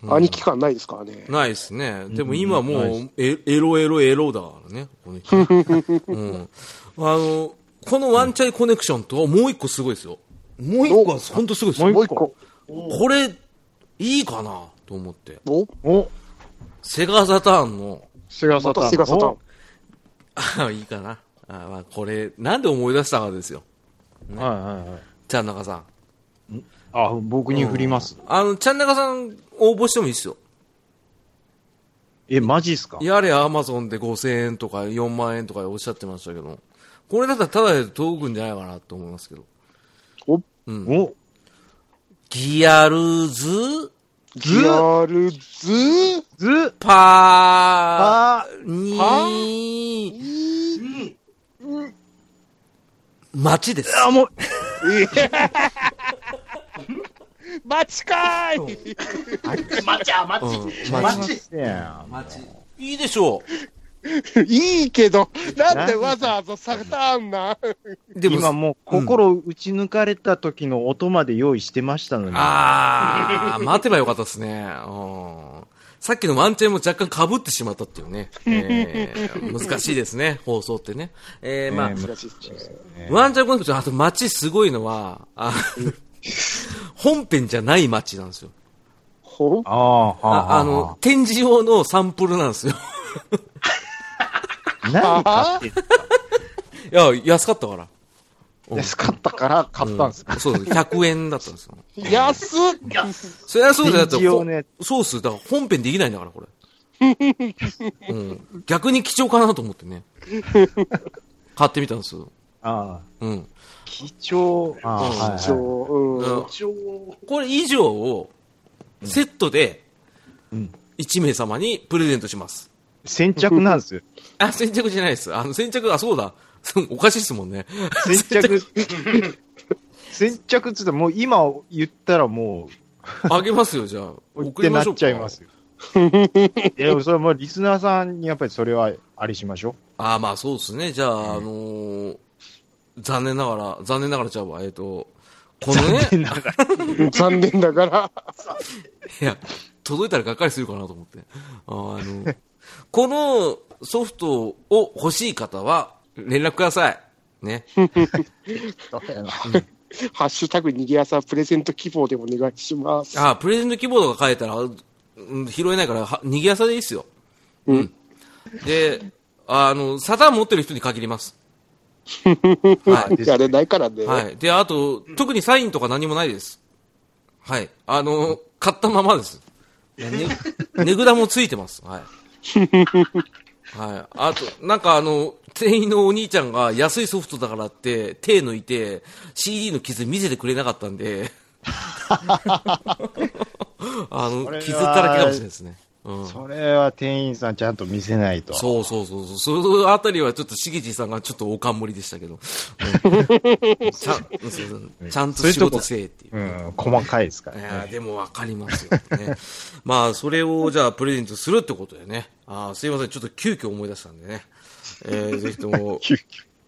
Speaker 1: 兄貴感ないですからね。
Speaker 2: ないですね。でも
Speaker 3: うん
Speaker 2: 今も
Speaker 3: な
Speaker 2: う
Speaker 3: い
Speaker 2: エ、エロエロエロだからね、この人 うん。あの、このワンチャイコネクションともう一個すごいですよ。もう一個は本当すごいです
Speaker 1: も
Speaker 2: よ。
Speaker 1: う一個。
Speaker 2: これ、いいかなと思って。
Speaker 1: お
Speaker 3: お
Speaker 2: セガサターンの、
Speaker 3: セガ
Speaker 1: またセガサタン。
Speaker 2: あいいかな。あまあ、これ、なんで思い出したかですよ。
Speaker 3: はいはいはい。
Speaker 2: ちゃんなかさん。
Speaker 3: あ、僕に振ります。
Speaker 2: あの、ちゃんなかさん応募してもいいですよ。
Speaker 3: え、マジっすか
Speaker 2: やれ、アマゾンで5000円とか4万円とかおっしゃってましたけど、これだったらただで届くんじゃないかなと思いますけど。
Speaker 1: お
Speaker 2: うん。
Speaker 3: お
Speaker 2: ギアルズ、
Speaker 1: ギャルズ
Speaker 3: ず
Speaker 2: パ
Speaker 3: あ
Speaker 2: ー、にー、
Speaker 5: に、
Speaker 2: 街です。
Speaker 3: あ、もう、
Speaker 1: マチかーい
Speaker 5: マッチャー、マッチ
Speaker 2: うん
Speaker 5: ャー、マッチ
Speaker 3: マジっ
Speaker 5: ャ
Speaker 3: すね。
Speaker 2: 街。いいでしょ
Speaker 1: いいけど、なんでわざわざサターンな
Speaker 2: う。で
Speaker 3: 今
Speaker 2: も、
Speaker 3: もう心打ち抜かれた時の音まで用意してましたのに。
Speaker 2: あー、待てばよかったですね。うんさっきのワンチャンも若干被ってしまったっていうね。えー難しいですね、放送ってね。えー、まあ、
Speaker 3: ね
Speaker 1: 難しいっすね
Speaker 2: ワンチャンコンセプト、あと街すごいのは、あ本編じゃない街なんですよ。
Speaker 1: ほん
Speaker 3: ああ、はあは
Speaker 2: あ
Speaker 3: あ
Speaker 2: あの、、展示用のサンプルなんですよ。
Speaker 3: 何買ってんの
Speaker 2: いや、安かったから。
Speaker 3: 安かったから買ったんです。
Speaker 2: うそうです。100円だったんですよ。
Speaker 1: 安っ
Speaker 2: そりゃそうだよ。だって
Speaker 3: 一応ね、
Speaker 2: そうっす。だから本編できないんだから、これ。うん、逆に貴重かなと思ってね。買ってみたんですよ。
Speaker 3: ああ、
Speaker 2: うん。
Speaker 3: 貴重。
Speaker 2: う
Speaker 3: ああ、
Speaker 2: ん
Speaker 3: はいはい
Speaker 1: 一応、
Speaker 2: こ
Speaker 5: 一応、
Speaker 2: れ以上をセットで
Speaker 3: うん
Speaker 2: 1名様にプレゼントします。
Speaker 3: 先着なんですよ。
Speaker 2: あ、先着じゃないです。あの、先着、あ、そうだ。 そうおかしいですもんね。
Speaker 3: 先着、先着っつってもう今言ったらも
Speaker 2: あげますよ、じゃあ。
Speaker 3: う、っ
Speaker 2: 送
Speaker 3: て
Speaker 2: り
Speaker 3: な
Speaker 2: ましょ
Speaker 3: っ
Speaker 2: うか
Speaker 3: ちゃいますよ。いや、それはもうリスナーさんにやっぱりそれはあれしましょ
Speaker 2: ああ、まあそうですね。じゃあ、あのー残念ながら、残念ながらちゃうわ。えっ、と、このね、
Speaker 1: うん残念ながら、
Speaker 2: いや、届いたらがっかりするかなと思って。あーあのこのソフトを欲しい方は、連絡ください。ね。
Speaker 1: ハッシュタグにぎやさプレゼント希望でお願いします。
Speaker 2: ああ、プレゼント希望とか書いたら、うん拾えないから、は逃げやさでいいっすよ。
Speaker 1: うん
Speaker 2: で、あの、サタン持ってる人に限り ます。は
Speaker 3: う。
Speaker 1: やれないからね。
Speaker 2: い。はい。で、あと、特にサインとか何もないです。はい。あの、買ったままです。ね、 値札もついてます。はい。はい。あと、なんかあの、店員のお兄ちゃんが安いソフトだからって、手抜いて、CD の傷見せてくれなかった んで、あの
Speaker 6: それ、は
Speaker 2: 傷だらけかもしれないですね。うん。
Speaker 6: それは店員さんちゃんと見せないと。
Speaker 2: そうそうそうそう。そのあたりはちょっとしげじさんがちょっとおかんもりでしたけど。 うんちゃんそうそうちゃんと仕事せえっていう。
Speaker 6: うん、細かいですから
Speaker 2: い
Speaker 6: ね。
Speaker 2: やーでもわかりますよ、ね。 まあ、それをじゃあプレゼントするってことでね。あーすいません。ちょっと急遽思い出したんでね。えー、ぜひとも、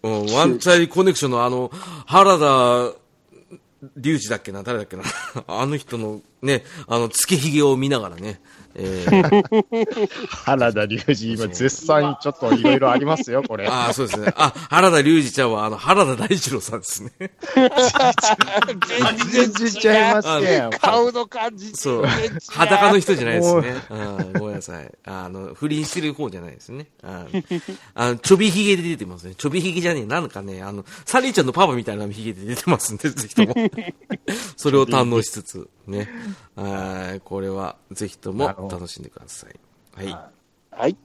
Speaker 2: うんワンチャイコネクションのあの、原田隆二だっけな誰だっけな あの人のね、あの、つけひげを見ながらね。えー
Speaker 6: 原田龍二、今絶賛ちょっといろいろありますよ、これ。
Speaker 2: ああ、そうですね。あ、原田龍二ちゃんは、あの、原田大二郎さんですね。
Speaker 6: 全然ちゃいますけん。
Speaker 1: 顔の感じ。
Speaker 2: そう。 裸の人じゃないですね。うんごめんなさい。あの、不倫してる方じゃないですね。あの、あのちょびひげで出てますね。ちょびひげじゃねえ。なんかね、あの、サリーちゃんのパパみたいなひげで出てますんで、ぜひ とも。それを堪能しつつ、ね。はいこれは、ぜひとも楽しんでください。はい。
Speaker 1: はい。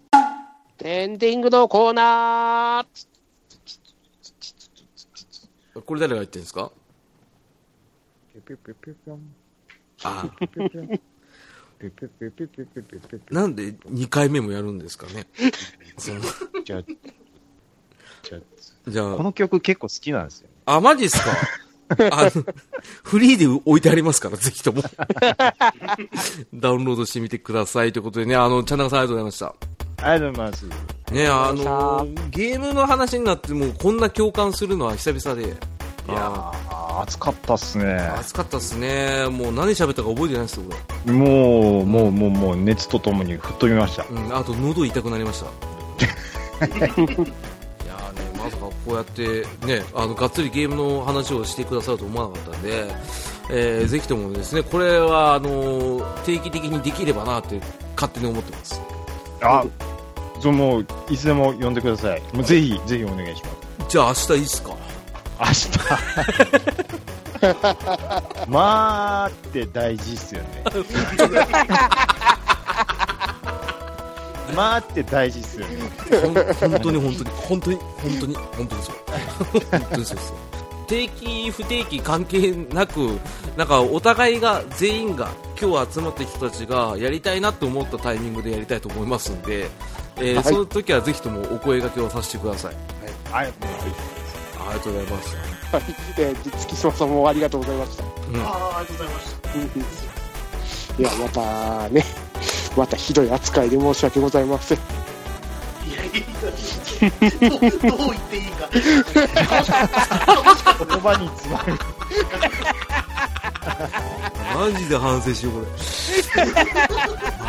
Speaker 1: エンディングのコーナー
Speaker 2: これ誰が言ってるんですかああ。なんで2回目もやるんですか ね。その
Speaker 6: じゃあじゃあ
Speaker 2: じゃあ
Speaker 6: こ、の曲結構好きなんですよね。
Speaker 2: あ、マジっすかあの、フリーで置いてありますから、ぜひとも。 ダウンロードしてみてくださいということでね、あの、チャンナカさんありがとうございまし
Speaker 6: ありがとうございます。
Speaker 2: た。ね、あの、ゲームの話になってもうこんな共感するのは久々で。
Speaker 6: いやー、暑かったっすね
Speaker 2: あ。ー暑かったっすね。もう何喋ったか覚えてないっすよ、こ
Speaker 6: もう、もう、もう、もう、熱とともに吹っ飛びました。
Speaker 2: れ。うん、あと喉痛くなりました。いやーね、まさかこうやってね、あの、がっつりゲームの話をしてくださると思わなかったんで、えーぜひともですね、これは、あのー定期的にできればなって勝手に思ってます。
Speaker 6: あ、そうもう、いつでも呼んでください。もうぜひ、ぜひお願いし
Speaker 2: じゃあ明日いいっすか
Speaker 6: ます。明日。まあって大事っすよね。まあって大事っすよね。
Speaker 2: ほん本当に本当に、本当に、本当に、本当にそう。本当にそうですよ。定期、不定期関係なく、なんかお互いが、全員が、今日集まった人たちがやりたいなと思ったタイミングでやりたいと思いますんで、えー
Speaker 1: はい
Speaker 2: その時はぜひともお声掛けをさせてください。
Speaker 6: はい。
Speaker 2: ありがとうございます。
Speaker 1: はい。えー月島さんもありがとうございました。
Speaker 5: あーありがとうございました。
Speaker 1: うんうんいや、またね、またひどい扱いで申し訳ございません。
Speaker 5: いや、いいか、いいか。どうどう言っていいか。楽しかった楽しかっ
Speaker 6: 言葉に詰まる。
Speaker 2: マジで反省しよう、これ。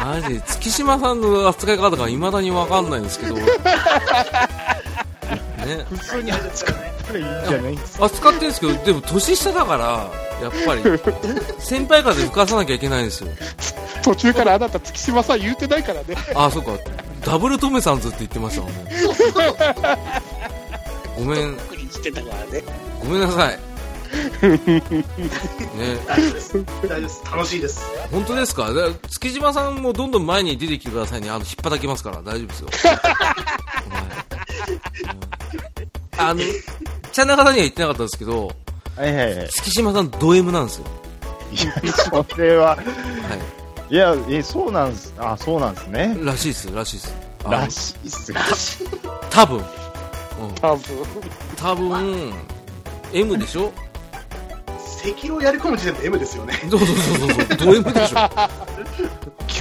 Speaker 2: マジで、月島さんの扱い方が未だにわかんないんで すけど。ね。
Speaker 6: 普通に
Speaker 5: たですかね。
Speaker 6: 扱いいいんじゃないんですか。
Speaker 2: 扱ってるんですけど、でも年下だから、やっぱり、先輩風吹かさなきゃいけないんですよ。
Speaker 1: 途中からあなた月島さん言うてないからね。
Speaker 2: あ、そうか。ダブルトメさんずって言ってましたもんね。ごめん、
Speaker 5: くりしてたからね。
Speaker 2: ごめんなさい。ね、
Speaker 5: 大丈夫です。大丈夫です。楽しいです。
Speaker 2: 本当ですかだから月島さんもどんどん前に出てきてくださいね。あの、引っ張きますから、大丈夫ですよ。はいうんあの、チャンナカさんには言ってなかったんですけど、
Speaker 6: はいはいはい。
Speaker 2: 月島さんド M なんですよ。
Speaker 6: いや、それは、
Speaker 2: はい
Speaker 6: や、え、そうなんす、あ、そうなんですね。
Speaker 2: い。らしいです、らしいです。あの
Speaker 6: らしいっすね。
Speaker 2: 多分。うん、
Speaker 1: 多分
Speaker 2: 多分、M でしょ
Speaker 5: 赤狼やり込む時点で M ですよね。
Speaker 2: そうそうそうそう、ド M でし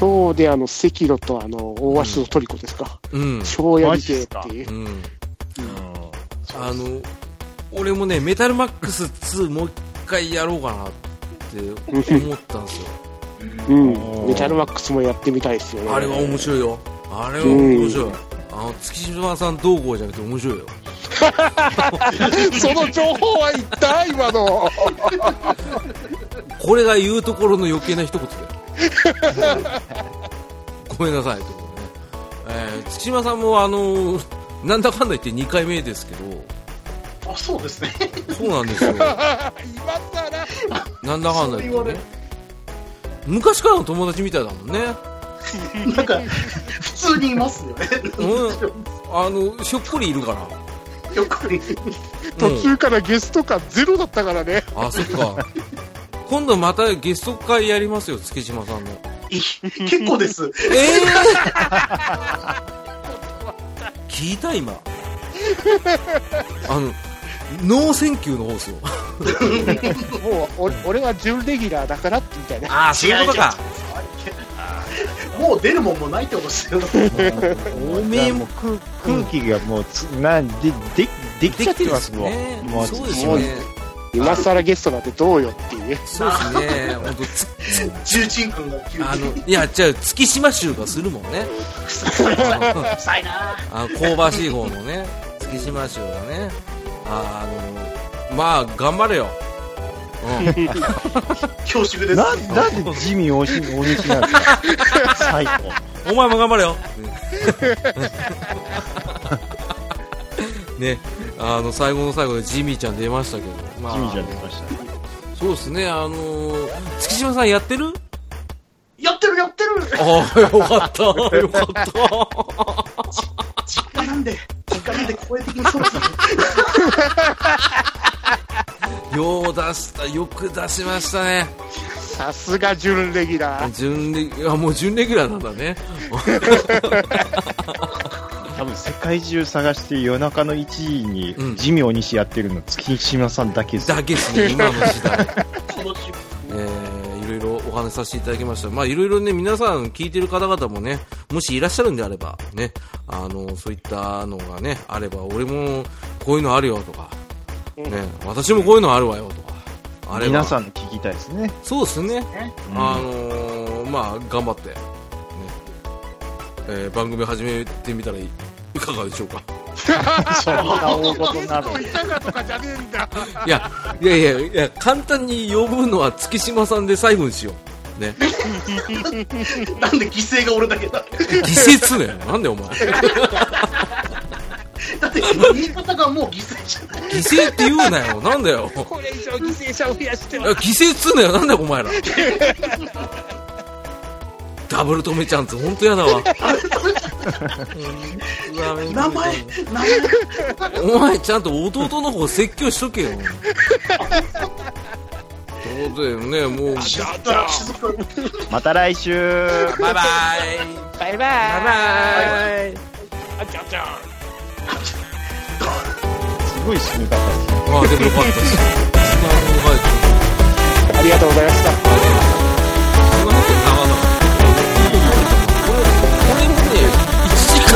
Speaker 2: ょ
Speaker 1: 今日であの赤炉とあの大足のトリコですか、
Speaker 2: うん。
Speaker 1: 超やりてえっていう
Speaker 2: う、ん。
Speaker 6: うん
Speaker 2: あの、俺もね、メタルマックス2もう一回やろうかなって思ったんですよ。
Speaker 1: うん、メタルマックスもやってみたいですよね、
Speaker 2: あれは面白いよ。あれは面白い。あの、月島さんどうこうじゃなくて面白いよ。
Speaker 1: その 情報は一体、今の、
Speaker 2: これが言うところの余計な一言だよ。ごめんなさい、とこね。えー、月島さんもあのなんだかんだ言って2回目ですけど、
Speaker 5: あ、そうです ね。
Speaker 2: そうなんですよ。
Speaker 1: 今さら、
Speaker 2: なんだかんだ言ってね。昔からの友達みたいだもんね。
Speaker 5: なんか、普通にいますよね。
Speaker 2: うん。あの、ひょっこりいるから。
Speaker 5: よくに。
Speaker 1: 途中からゲスト感ゼロだったからね、
Speaker 2: うん、あ、そっか。今度またゲスト会やりますよ、月島さんの。
Speaker 5: 結構です。
Speaker 2: えー、聞いた今。あの、ノーセンキューの方ですよ。
Speaker 1: もう俺俺は準レギュラーだからってみたいな、
Speaker 2: ああ、そういうことか。
Speaker 5: もう出るもんもないってことですよ。
Speaker 2: おめえも
Speaker 6: もう空空気がもうつ、なんででできちゃってますもん、
Speaker 2: ね
Speaker 6: もう
Speaker 2: そうですよね。
Speaker 1: 今さらゲストなんてどうよっていう、
Speaker 2: そうですね。本当つ
Speaker 5: 重鎮君が急に。
Speaker 2: あの、いや、じゃあ、月島州がするもんね。
Speaker 5: 臭いなぁ
Speaker 2: あの香ばしい方のね、月島州がね。あーあの、まあ、頑張れよ。うん。
Speaker 5: 恐縮です。
Speaker 6: ななんでジミー大西大西なんです か最高
Speaker 2: お前も頑張れよ。ね、あの、最後の最後でジミーちゃん出ましたけど。まあ、
Speaker 6: ジミーちゃん出ましたね
Speaker 2: そうですね、あのー月島さんやってる
Speaker 5: やってるやってる
Speaker 2: ああ、よかった、よか った。
Speaker 5: 実家なんで、実家なんで声的にそうですね。
Speaker 2: よう出した、よく出しましたね。
Speaker 1: さすが準レギュラー、
Speaker 2: 準レギュ、あ、もう準レギュラーなんだね。
Speaker 6: 多分世界中探して夜中の1時
Speaker 2: うん
Speaker 6: にジミー大西やってるの月島さんだけです
Speaker 2: だけですね、今の時代。
Speaker 5: この瞬
Speaker 2: えー、いろいろお話しさせていただきました。まあ、いろいろね、皆さん聞いてる方々もね、もしいらっしゃるんであれば、ね、あの、そういったのがね、あれば、俺もこういうのあるよとか、ね、私もこういうのあるわよとか、あれば
Speaker 6: 皆さんの聞きたいですね、
Speaker 2: そうですね。
Speaker 6: うん
Speaker 2: あのー、まあ、頑張って、ねえー番組始めてみたらいかがでしょうか。
Speaker 6: そんな大事
Speaker 1: ゲ
Speaker 6: な
Speaker 1: ス
Speaker 6: の
Speaker 1: トいたかとかじゃねえんだ、
Speaker 2: いや、いやいやいや、簡単に呼ぶのは月島さんで最後にしよう。ね。
Speaker 5: なんで犠牲が俺だけだ
Speaker 2: 犠牲っつうのよ。なんでお前。犠
Speaker 5: だって言い方がもう犠牲じゃない
Speaker 2: 牲って言うなよ。なんだよ。
Speaker 1: これ以上犠牲者を増やして
Speaker 2: い
Speaker 1: は
Speaker 2: や犠牲っつうのよ。なんだよ、お前ら。ダブル止めちゃんつ、ほんとやだわ。うん
Speaker 5: 名前名前
Speaker 2: お前ちゃんと弟の方説教しとけよ。ということでね、もう、
Speaker 6: また来週
Speaker 2: バイバイ
Speaker 1: バイバイ
Speaker 2: バイ
Speaker 6: すごい死ぬかったです
Speaker 2: あ、でもよかったし。
Speaker 1: ありがとうございました。
Speaker 2: そんなこと長々これ、これもね、1時間。